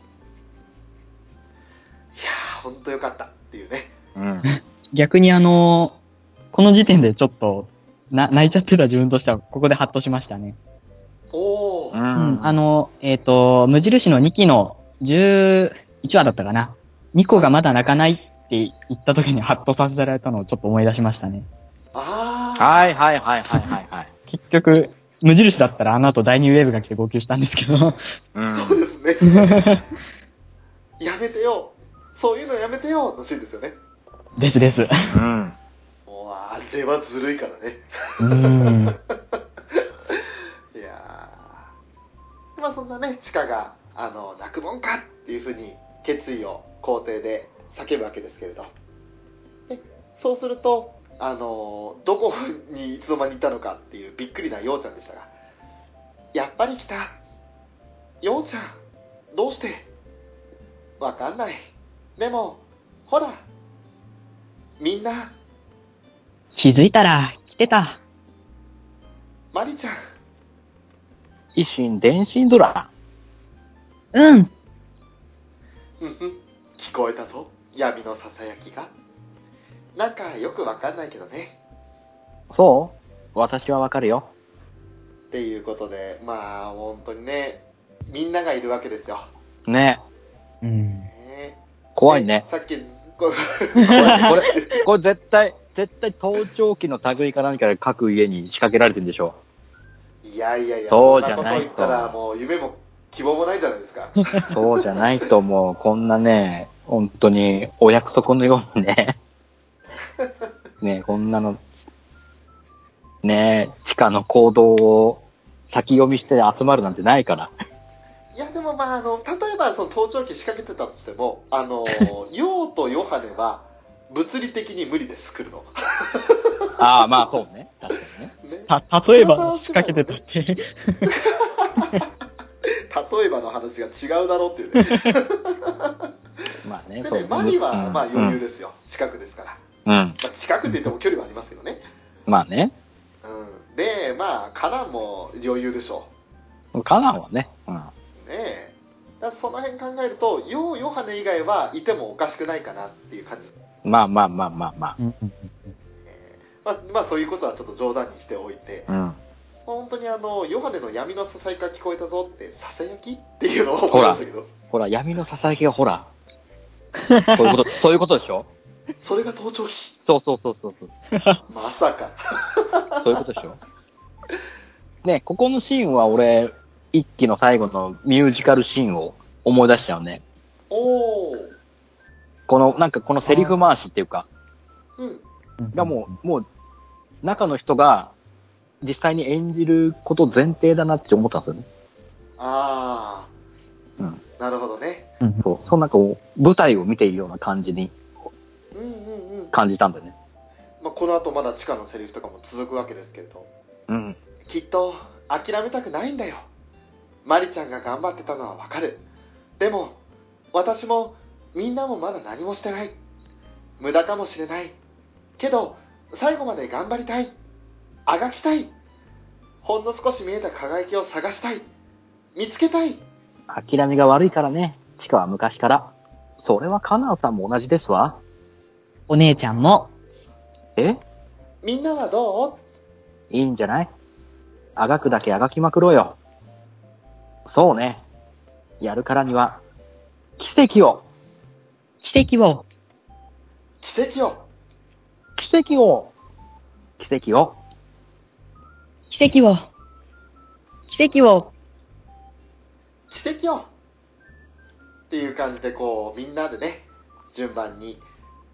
Speaker 2: ー本当よかったっていうね
Speaker 3: うん。
Speaker 4: 逆にあのこの時点でちょっと、な、泣いちゃってた自分としては、ここでハッとしましたね。
Speaker 2: おお、
Speaker 3: う
Speaker 2: あ
Speaker 3: ん。
Speaker 4: あの、えっ、と、無印の2期の11話だったかな。2個がまだ泣かないって言った時にハッとさせられたのをちょっと思い出しましたね。
Speaker 2: あー
Speaker 3: はいはいはいはいはいはい。
Speaker 4: 結局、無印だったらあの後第2ウェーブが来て号泣したんですけど。
Speaker 3: うん
Speaker 2: そう。ですね やめてよそういうのやめてよのシーンですよね
Speaker 4: ですです。
Speaker 3: うん。
Speaker 2: もうあれはずるいからね
Speaker 4: うん。
Speaker 2: いやーまあそんなねチカがあの泣くもんかっていうふうに決意を校庭で叫ぶわけですけれどでそうするとあのーどこにいつの間にいたのかっていうびっくりなようちゃんでしたがやっぱり来たようちゃんどうしてわかんないでもほらみんな
Speaker 4: 気づいたら来てた。
Speaker 2: マリちゃん
Speaker 3: 一心伝心ドラ。
Speaker 4: うん。
Speaker 2: うんうん聞こえたぞ闇のささやきがなんかよくわかんないけどね
Speaker 3: そう私はわかるよ。
Speaker 2: っていうことでまあ本当にねみんながいるわけですよ、
Speaker 3: ね
Speaker 4: うん。
Speaker 2: ね
Speaker 3: 怖 いね。
Speaker 2: さっきこ
Speaker 3: これ、これ絶対、絶対盗聴器の類か何かで各家に仕掛けられてるんでしょ
Speaker 2: いやいやいや
Speaker 3: そうじゃない
Speaker 2: そんなこと言ったらもう夢も希望もないじゃないです か
Speaker 3: う。そうじゃないともう、こんなね、本当にお約束のように ね。ねこんなの、ね地下の行動を先読みして集まるなんてないから。
Speaker 2: いやでもまああの例えばその盗聴器仕掛けてたとしてもあのヨウとヨハネは物理的に無理です来るの、
Speaker 3: ああ、まあそうね。確かにね。
Speaker 2: ね、
Speaker 4: た、例えば仕掛けてたって。
Speaker 2: 例えばの話が違うだろうっていうね
Speaker 3: まあね、
Speaker 2: で
Speaker 3: そう
Speaker 2: ね、マリ
Speaker 3: う
Speaker 2: は
Speaker 3: ん
Speaker 2: まあ余裕ですよ、近くですから、
Speaker 3: うん。うん。
Speaker 2: まあ、近くで言っても距離はありますけどね、
Speaker 3: まあね。
Speaker 2: うん、で、まあ、カナンも余裕でしょ
Speaker 3: カナンはね。うん。
Speaker 2: う、ねえ、だからその辺考えると、ヨウ・ヨハネ以外はいてもおかしくないかなっていう感じ、
Speaker 3: まあまあまあまあま
Speaker 2: まあ、まあ、そういうことはちょっと冗談にしておいて、
Speaker 3: あ。うん。
Speaker 2: 本当にあのヨハネの闇のささやきが聞こえたぞって、ささやきっていうのを思いましたけど、
Speaker 3: ほら、闇のささやきがほ ら。そういうこと、そういうことでしょ
Speaker 2: それが盗聴器、
Speaker 3: そうそうそうそうそう。
Speaker 2: まさか、
Speaker 3: そういうことでしょね、ここのシーンは俺、一期の最後のミュージカルシーンを思い出したよね。
Speaker 2: おー、
Speaker 3: この、なんかこのセリフ回しっていうか、
Speaker 2: うん、
Speaker 3: がもう、もう、中の人が実際に演じること前提だなって思ったんですよね。
Speaker 2: あー、
Speaker 3: うん
Speaker 2: なるほどね。
Speaker 3: そう。そうなんかこう舞台を見ているような感じに
Speaker 2: うんうんうん
Speaker 3: 感じたんだよね。
Speaker 2: まあ、この後まだ地下のセリフとかも続くわけですけれど
Speaker 3: うん。
Speaker 2: きっと諦めたくないんだよマリちゃんが頑張ってたのはわかるでも私もみんなもまだ何もしてない無駄かもしれないけど最後まで頑張りたいあがきたいほんの少し見えた輝きを探したい見つけたい
Speaker 3: 諦めが悪いからね。チカは昔から。それはカナンさんも同じですわ。
Speaker 4: お姉ちゃんも、
Speaker 3: え
Speaker 2: みんなはど
Speaker 3: いいんじゃないあがくだけあがきまくろうよ。そうね。やるからには、奇跡を
Speaker 4: 奇跡を、
Speaker 2: う奇跡を
Speaker 3: 奇跡を奇跡を
Speaker 4: 奇跡を、奇跡を、
Speaker 2: 奇跡をっていう感じでこうみんなでね順番に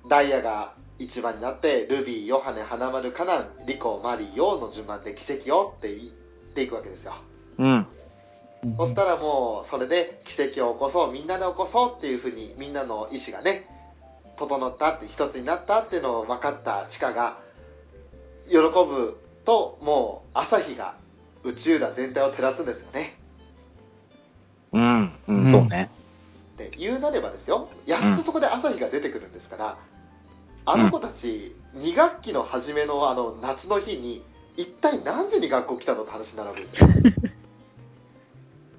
Speaker 2: ダイヤが一番になってルビーヨハネ花丸カナンリコマリヨの順番で奇跡をって言っていくわけですよ
Speaker 3: うん。
Speaker 2: そしたらもうそれで奇跡を起こそうみんなで起こそうっていうふうにみんなの意志がね整ったって一つになったっていうのを分かった鹿が喜ぶともう朝日が宇宙だ全体を照らすんですよね
Speaker 3: うん。う
Speaker 4: うん
Speaker 3: ん。そうね。
Speaker 2: で言うなればですよやっとそこで朝日が出てくるんですから、あの子たち2学期の初めのあの夏の日に一体何時に学校来たのって話になるわけですよ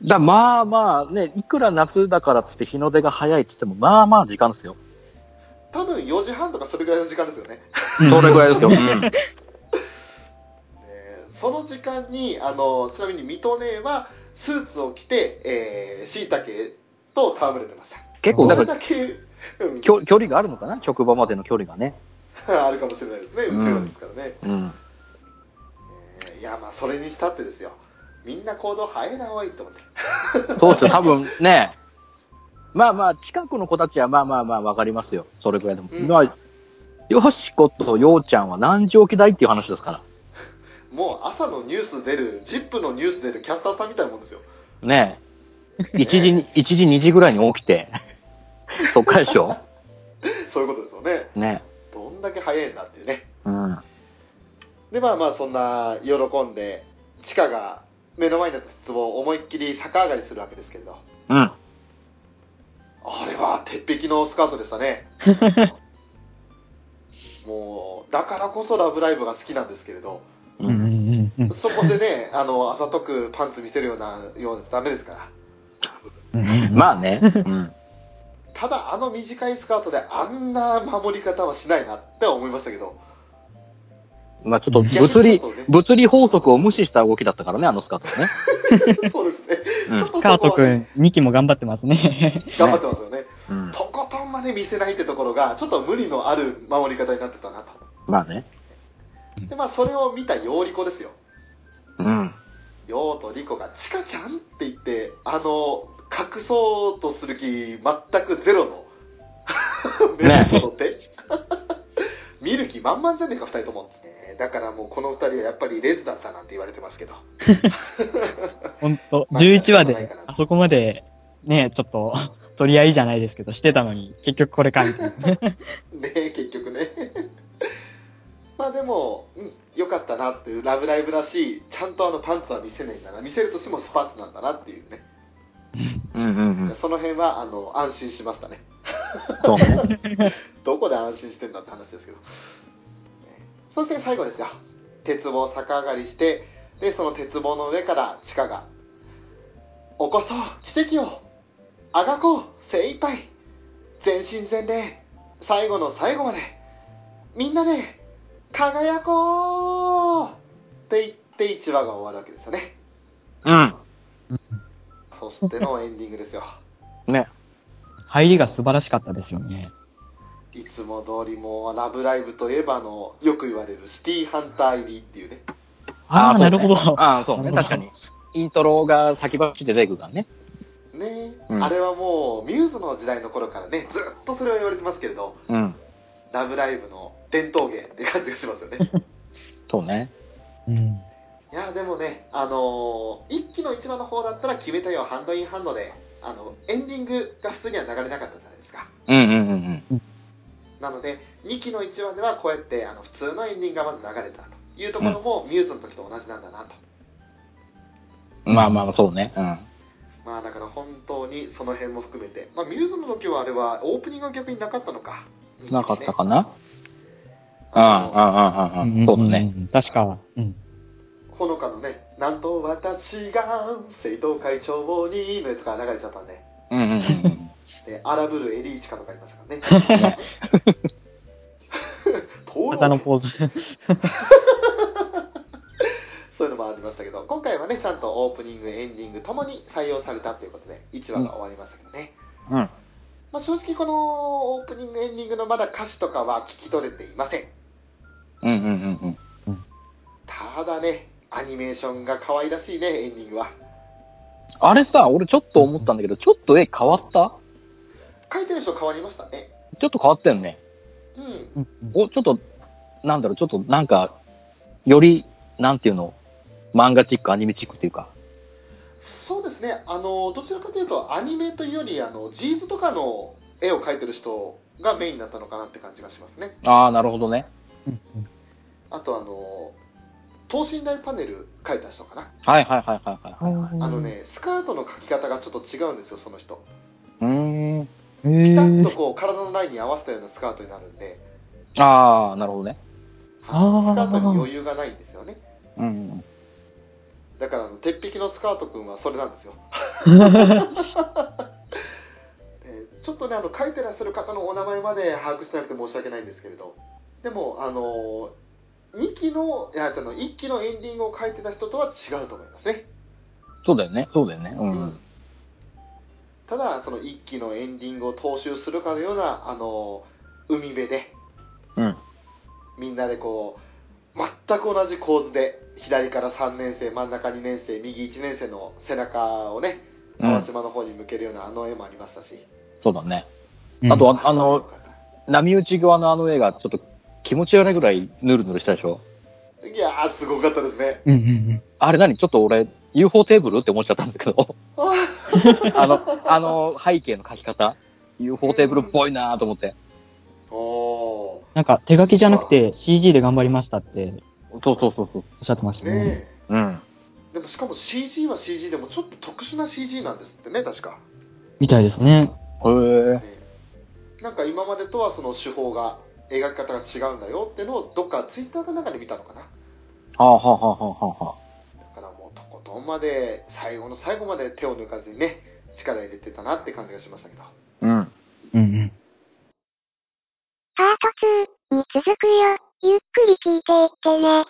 Speaker 3: だまあまあね、いくら夏だからっつって日の出が早いっつっても、まあまあ時間ですよ。
Speaker 2: 多分4時半とかそれぐらいの時間ですよね
Speaker 3: それぐらいですよ。うん。
Speaker 2: えーその時間にあのちなみに水戸姉はスーツを着て、えー、椎茸と戯れてました
Speaker 3: 結構、
Speaker 2: こ
Speaker 3: だ
Speaker 2: れ
Speaker 3: から
Speaker 2: だけ、うん、
Speaker 3: 距距離があるのかな職場までの距離がね。
Speaker 2: あるかもしれないですね
Speaker 3: うん
Speaker 2: 後ろですからね、
Speaker 3: うん。
Speaker 2: えーいやまあそれにしたってですよみんな行動早いなおいと思って
Speaker 3: そうですよ、多分ね。まあまあ、近くの子たちはまあまあまあわかりますよ。それぐらいでも。
Speaker 2: うん
Speaker 3: まあ、よしことようちゃんは何時起きだいっていう話ですか
Speaker 2: もう朝のニュース出る、ジップのニュース出るキャスターさんみたいなもんですよ。
Speaker 3: ら。ねえ。1時に、一時、2時ぐらいに起きて、そっからでしょ
Speaker 2: そういうことですよね。
Speaker 3: ね
Speaker 2: どんだけ早いんだっていうね
Speaker 3: え。。うん。
Speaker 2: で、まあまあ、そんな喜んで、地下が目の前にあった壺を思いっきり逆上がりするわけですけれど、
Speaker 3: うん。
Speaker 2: あれは鉄壁のスカートでしたね。 もう、だからこそラブライブが好きなんですけれど、
Speaker 3: う。
Speaker 4: うんんうん
Speaker 2: そこでね、あの、朝とくパンツ見せるような、ようなダメですから。
Speaker 4: うん。
Speaker 3: まあね。うん。
Speaker 2: ただ、あの短いスカートであんな守り方はしないなって思いましたけど、
Speaker 3: まあちょっと物理、物理法則を無視した動きだったからね、あのスカートね。
Speaker 2: そうですね。
Speaker 3: うん
Speaker 2: ちょっとそ
Speaker 4: ス
Speaker 2: こは
Speaker 4: カートくん、2期も頑張ってます ね。
Speaker 2: 頑張ってますよね。
Speaker 3: うん。
Speaker 2: とことんまで見せないってところが、ちょっと無理のある守り方になってたなと。
Speaker 3: まあね。
Speaker 2: で、まあ、それを見たヨーリコですよ。
Speaker 3: うん。
Speaker 2: ヨーとリコが、チカちゃんって言って、あの、隠そうとする気、全くゼロの、目
Speaker 3: ね
Speaker 2: のこと って。見る気満々じゃねえか、二人とも。えーだからもう、この二人はやっぱりレズだったなんて言われてますけど。
Speaker 4: ほんと、11話で、あそこまで、ね、ちょっと、 取り合いじゃないですけど、してたのに、結局これかみたいな。
Speaker 2: ね結局ねまあでも、うん、よかったなっていう「ラブライブ!」らしいちゃんとあのパンツは見せないんだな見せるとしてもスパッツなんだなっていうね、
Speaker 3: うんうんうん。
Speaker 2: その辺はあの安心しましたね
Speaker 3: そうね。
Speaker 2: どこで安心してんだって話ですけどねそして最後ですよ鉄棒逆上がりしてでその鉄棒の上から鹿が「起こそう奇跡をあがこう精一杯全身全霊最後の最後までみんなで輝こう!」って言って一話が終わるわけですよね
Speaker 3: うん。
Speaker 2: そしてのエンディングですよ
Speaker 3: ね。
Speaker 4: 入りが素晴らしかったですよね。
Speaker 2: いつも通りもうラブライブといえばあのよく言われるシティハンター入りっていうね
Speaker 4: ああ、
Speaker 3: そ
Speaker 4: な
Speaker 3: うね
Speaker 4: るほど。
Speaker 3: ああ、そうね。
Speaker 4: なる
Speaker 3: 確
Speaker 4: ほ
Speaker 3: か
Speaker 4: ど
Speaker 3: に。。イントロが先走って出てくるからね。
Speaker 2: ねえ、
Speaker 3: うん
Speaker 2: あれはもうミューズの時代の頃からねずっとそれは言われてますけれど
Speaker 3: うん。
Speaker 2: 「ラブライブ!」の伝統芸って感じがしますよ ね
Speaker 3: そうね。
Speaker 4: うん。
Speaker 2: いやでもねあのー、一期の一番の方だったら「決めたよハンドインハンドで」あのエンディングが普通には流れなかったじゃないですか
Speaker 3: うんうんうん
Speaker 2: なので2期の1話ではこうやってあの普通のエンディングがまず流れたというところもミューズの時と同じなんだなと
Speaker 3: まあまあ、そうね。うん。
Speaker 2: まあだから本当にその辺も含めて、まあ、ミューズの時はあれはオープニングは逆になかったのか
Speaker 3: なかったかなああ、ああ、ああ、
Speaker 4: んんん
Speaker 3: そうだね。。
Speaker 4: 確か。うん。
Speaker 2: ほのかのね「なんと私が生徒会長に」のやつが流れちゃったんで
Speaker 3: うんうんうん。
Speaker 2: で荒ぶるエリーチカとかいましたからね
Speaker 3: ね
Speaker 2: 登
Speaker 4: 肩の
Speaker 2: 録
Speaker 4: ポーズ。
Speaker 2: そういうのもありましたけど今回はねちゃんとオープニングエンディングともに採用されたということで1話が終わりましたけどね、
Speaker 3: うん。
Speaker 2: まあ、正直このオープニングエンディングのまだ歌詞とかは聞き取れていません
Speaker 3: うんうんうんうん。
Speaker 2: ただねアニメーションが可愛らしいねエンディングは
Speaker 3: あれさ、俺ちょっと思ったんだけど、ちょっと絵変わった
Speaker 2: 書いてる人変わりましたね
Speaker 3: ちょっと変わったよね。
Speaker 2: うん
Speaker 4: うんうん
Speaker 3: お、ちょっと、なんだろう、ちょっとなんか、より、なんていうの、漫画チック、アニメチックっていうか。
Speaker 2: そうですねあのどちらかというとアニメというよりあのジーズとかの絵を描いてる人がメインだったのかなって感じがしますね
Speaker 3: ああ、なるほどね。
Speaker 4: うんうん
Speaker 2: あとあの等身大パネル描いた人かな
Speaker 3: はいはいはいはいは
Speaker 2: あのねスカートの描き方がちょっと違うんですよその人
Speaker 3: い。うーん。
Speaker 4: へ
Speaker 2: ピタッ
Speaker 4: ー
Speaker 2: とこう体のラインに合わせたようなスカートになるんで
Speaker 3: ああ、なるほどね。
Speaker 2: はい
Speaker 4: あー
Speaker 2: スカートに余裕がないんですよね
Speaker 3: うんうん。
Speaker 2: だからあの鉄壁のスカートくんはそれなん ですよでちょっとねあの書いてらっしゃる方のお名前まで把握しなくて申し訳ないんですけれどでもあの2期のいやその1期のエンディングを書いてた人とは違うと思いますね、
Speaker 3: そうだよね。そうだよね。うん。
Speaker 2: ただその1期のエンディングを踏襲するかのようなあの海辺で、
Speaker 3: うん
Speaker 2: みんなでこう全く同じ構図で左から3年生真ん中2年生右1年生の背中をね
Speaker 3: うん
Speaker 2: 淡島の方に向けるようなあの絵もありましたし、
Speaker 3: そうだね。
Speaker 4: うん
Speaker 3: あとは、あの、波打ち際のあの絵がちょっと気持ち悪いぐらいヌルヌルしたでしょ
Speaker 2: いやーすごかったですね
Speaker 4: うんうん
Speaker 3: あれ何ちょっと俺、UFO テーブルって思っちゃったんだけど。あの、あの背景の描き方。UFO テーブルっぽいなーと思って。
Speaker 2: お
Speaker 4: なんか手書きじゃなくて CG で頑張りましたって
Speaker 3: そうそうそうそう。
Speaker 4: おっしゃってまし
Speaker 2: ー
Speaker 4: た
Speaker 2: ね
Speaker 4: ね。
Speaker 2: え
Speaker 3: うん。
Speaker 2: でもしかも CG は CG でもちょっと特殊な CG なんですってね確か、
Speaker 4: みたいですね。
Speaker 3: へえ。
Speaker 2: ねえなんか今までとはその手法が描き方が違うんだよってのをどっかツイッターかなんかで見たのかな
Speaker 3: はあはあはあはあは
Speaker 2: だからもうとことんまで最後の最後まで手を抜かずにね力入れてたなって感じがしましたけど
Speaker 3: あ。うん。
Speaker 4: うんうん。
Speaker 1: パート2に続くよ。ゆっくり聞いていってね。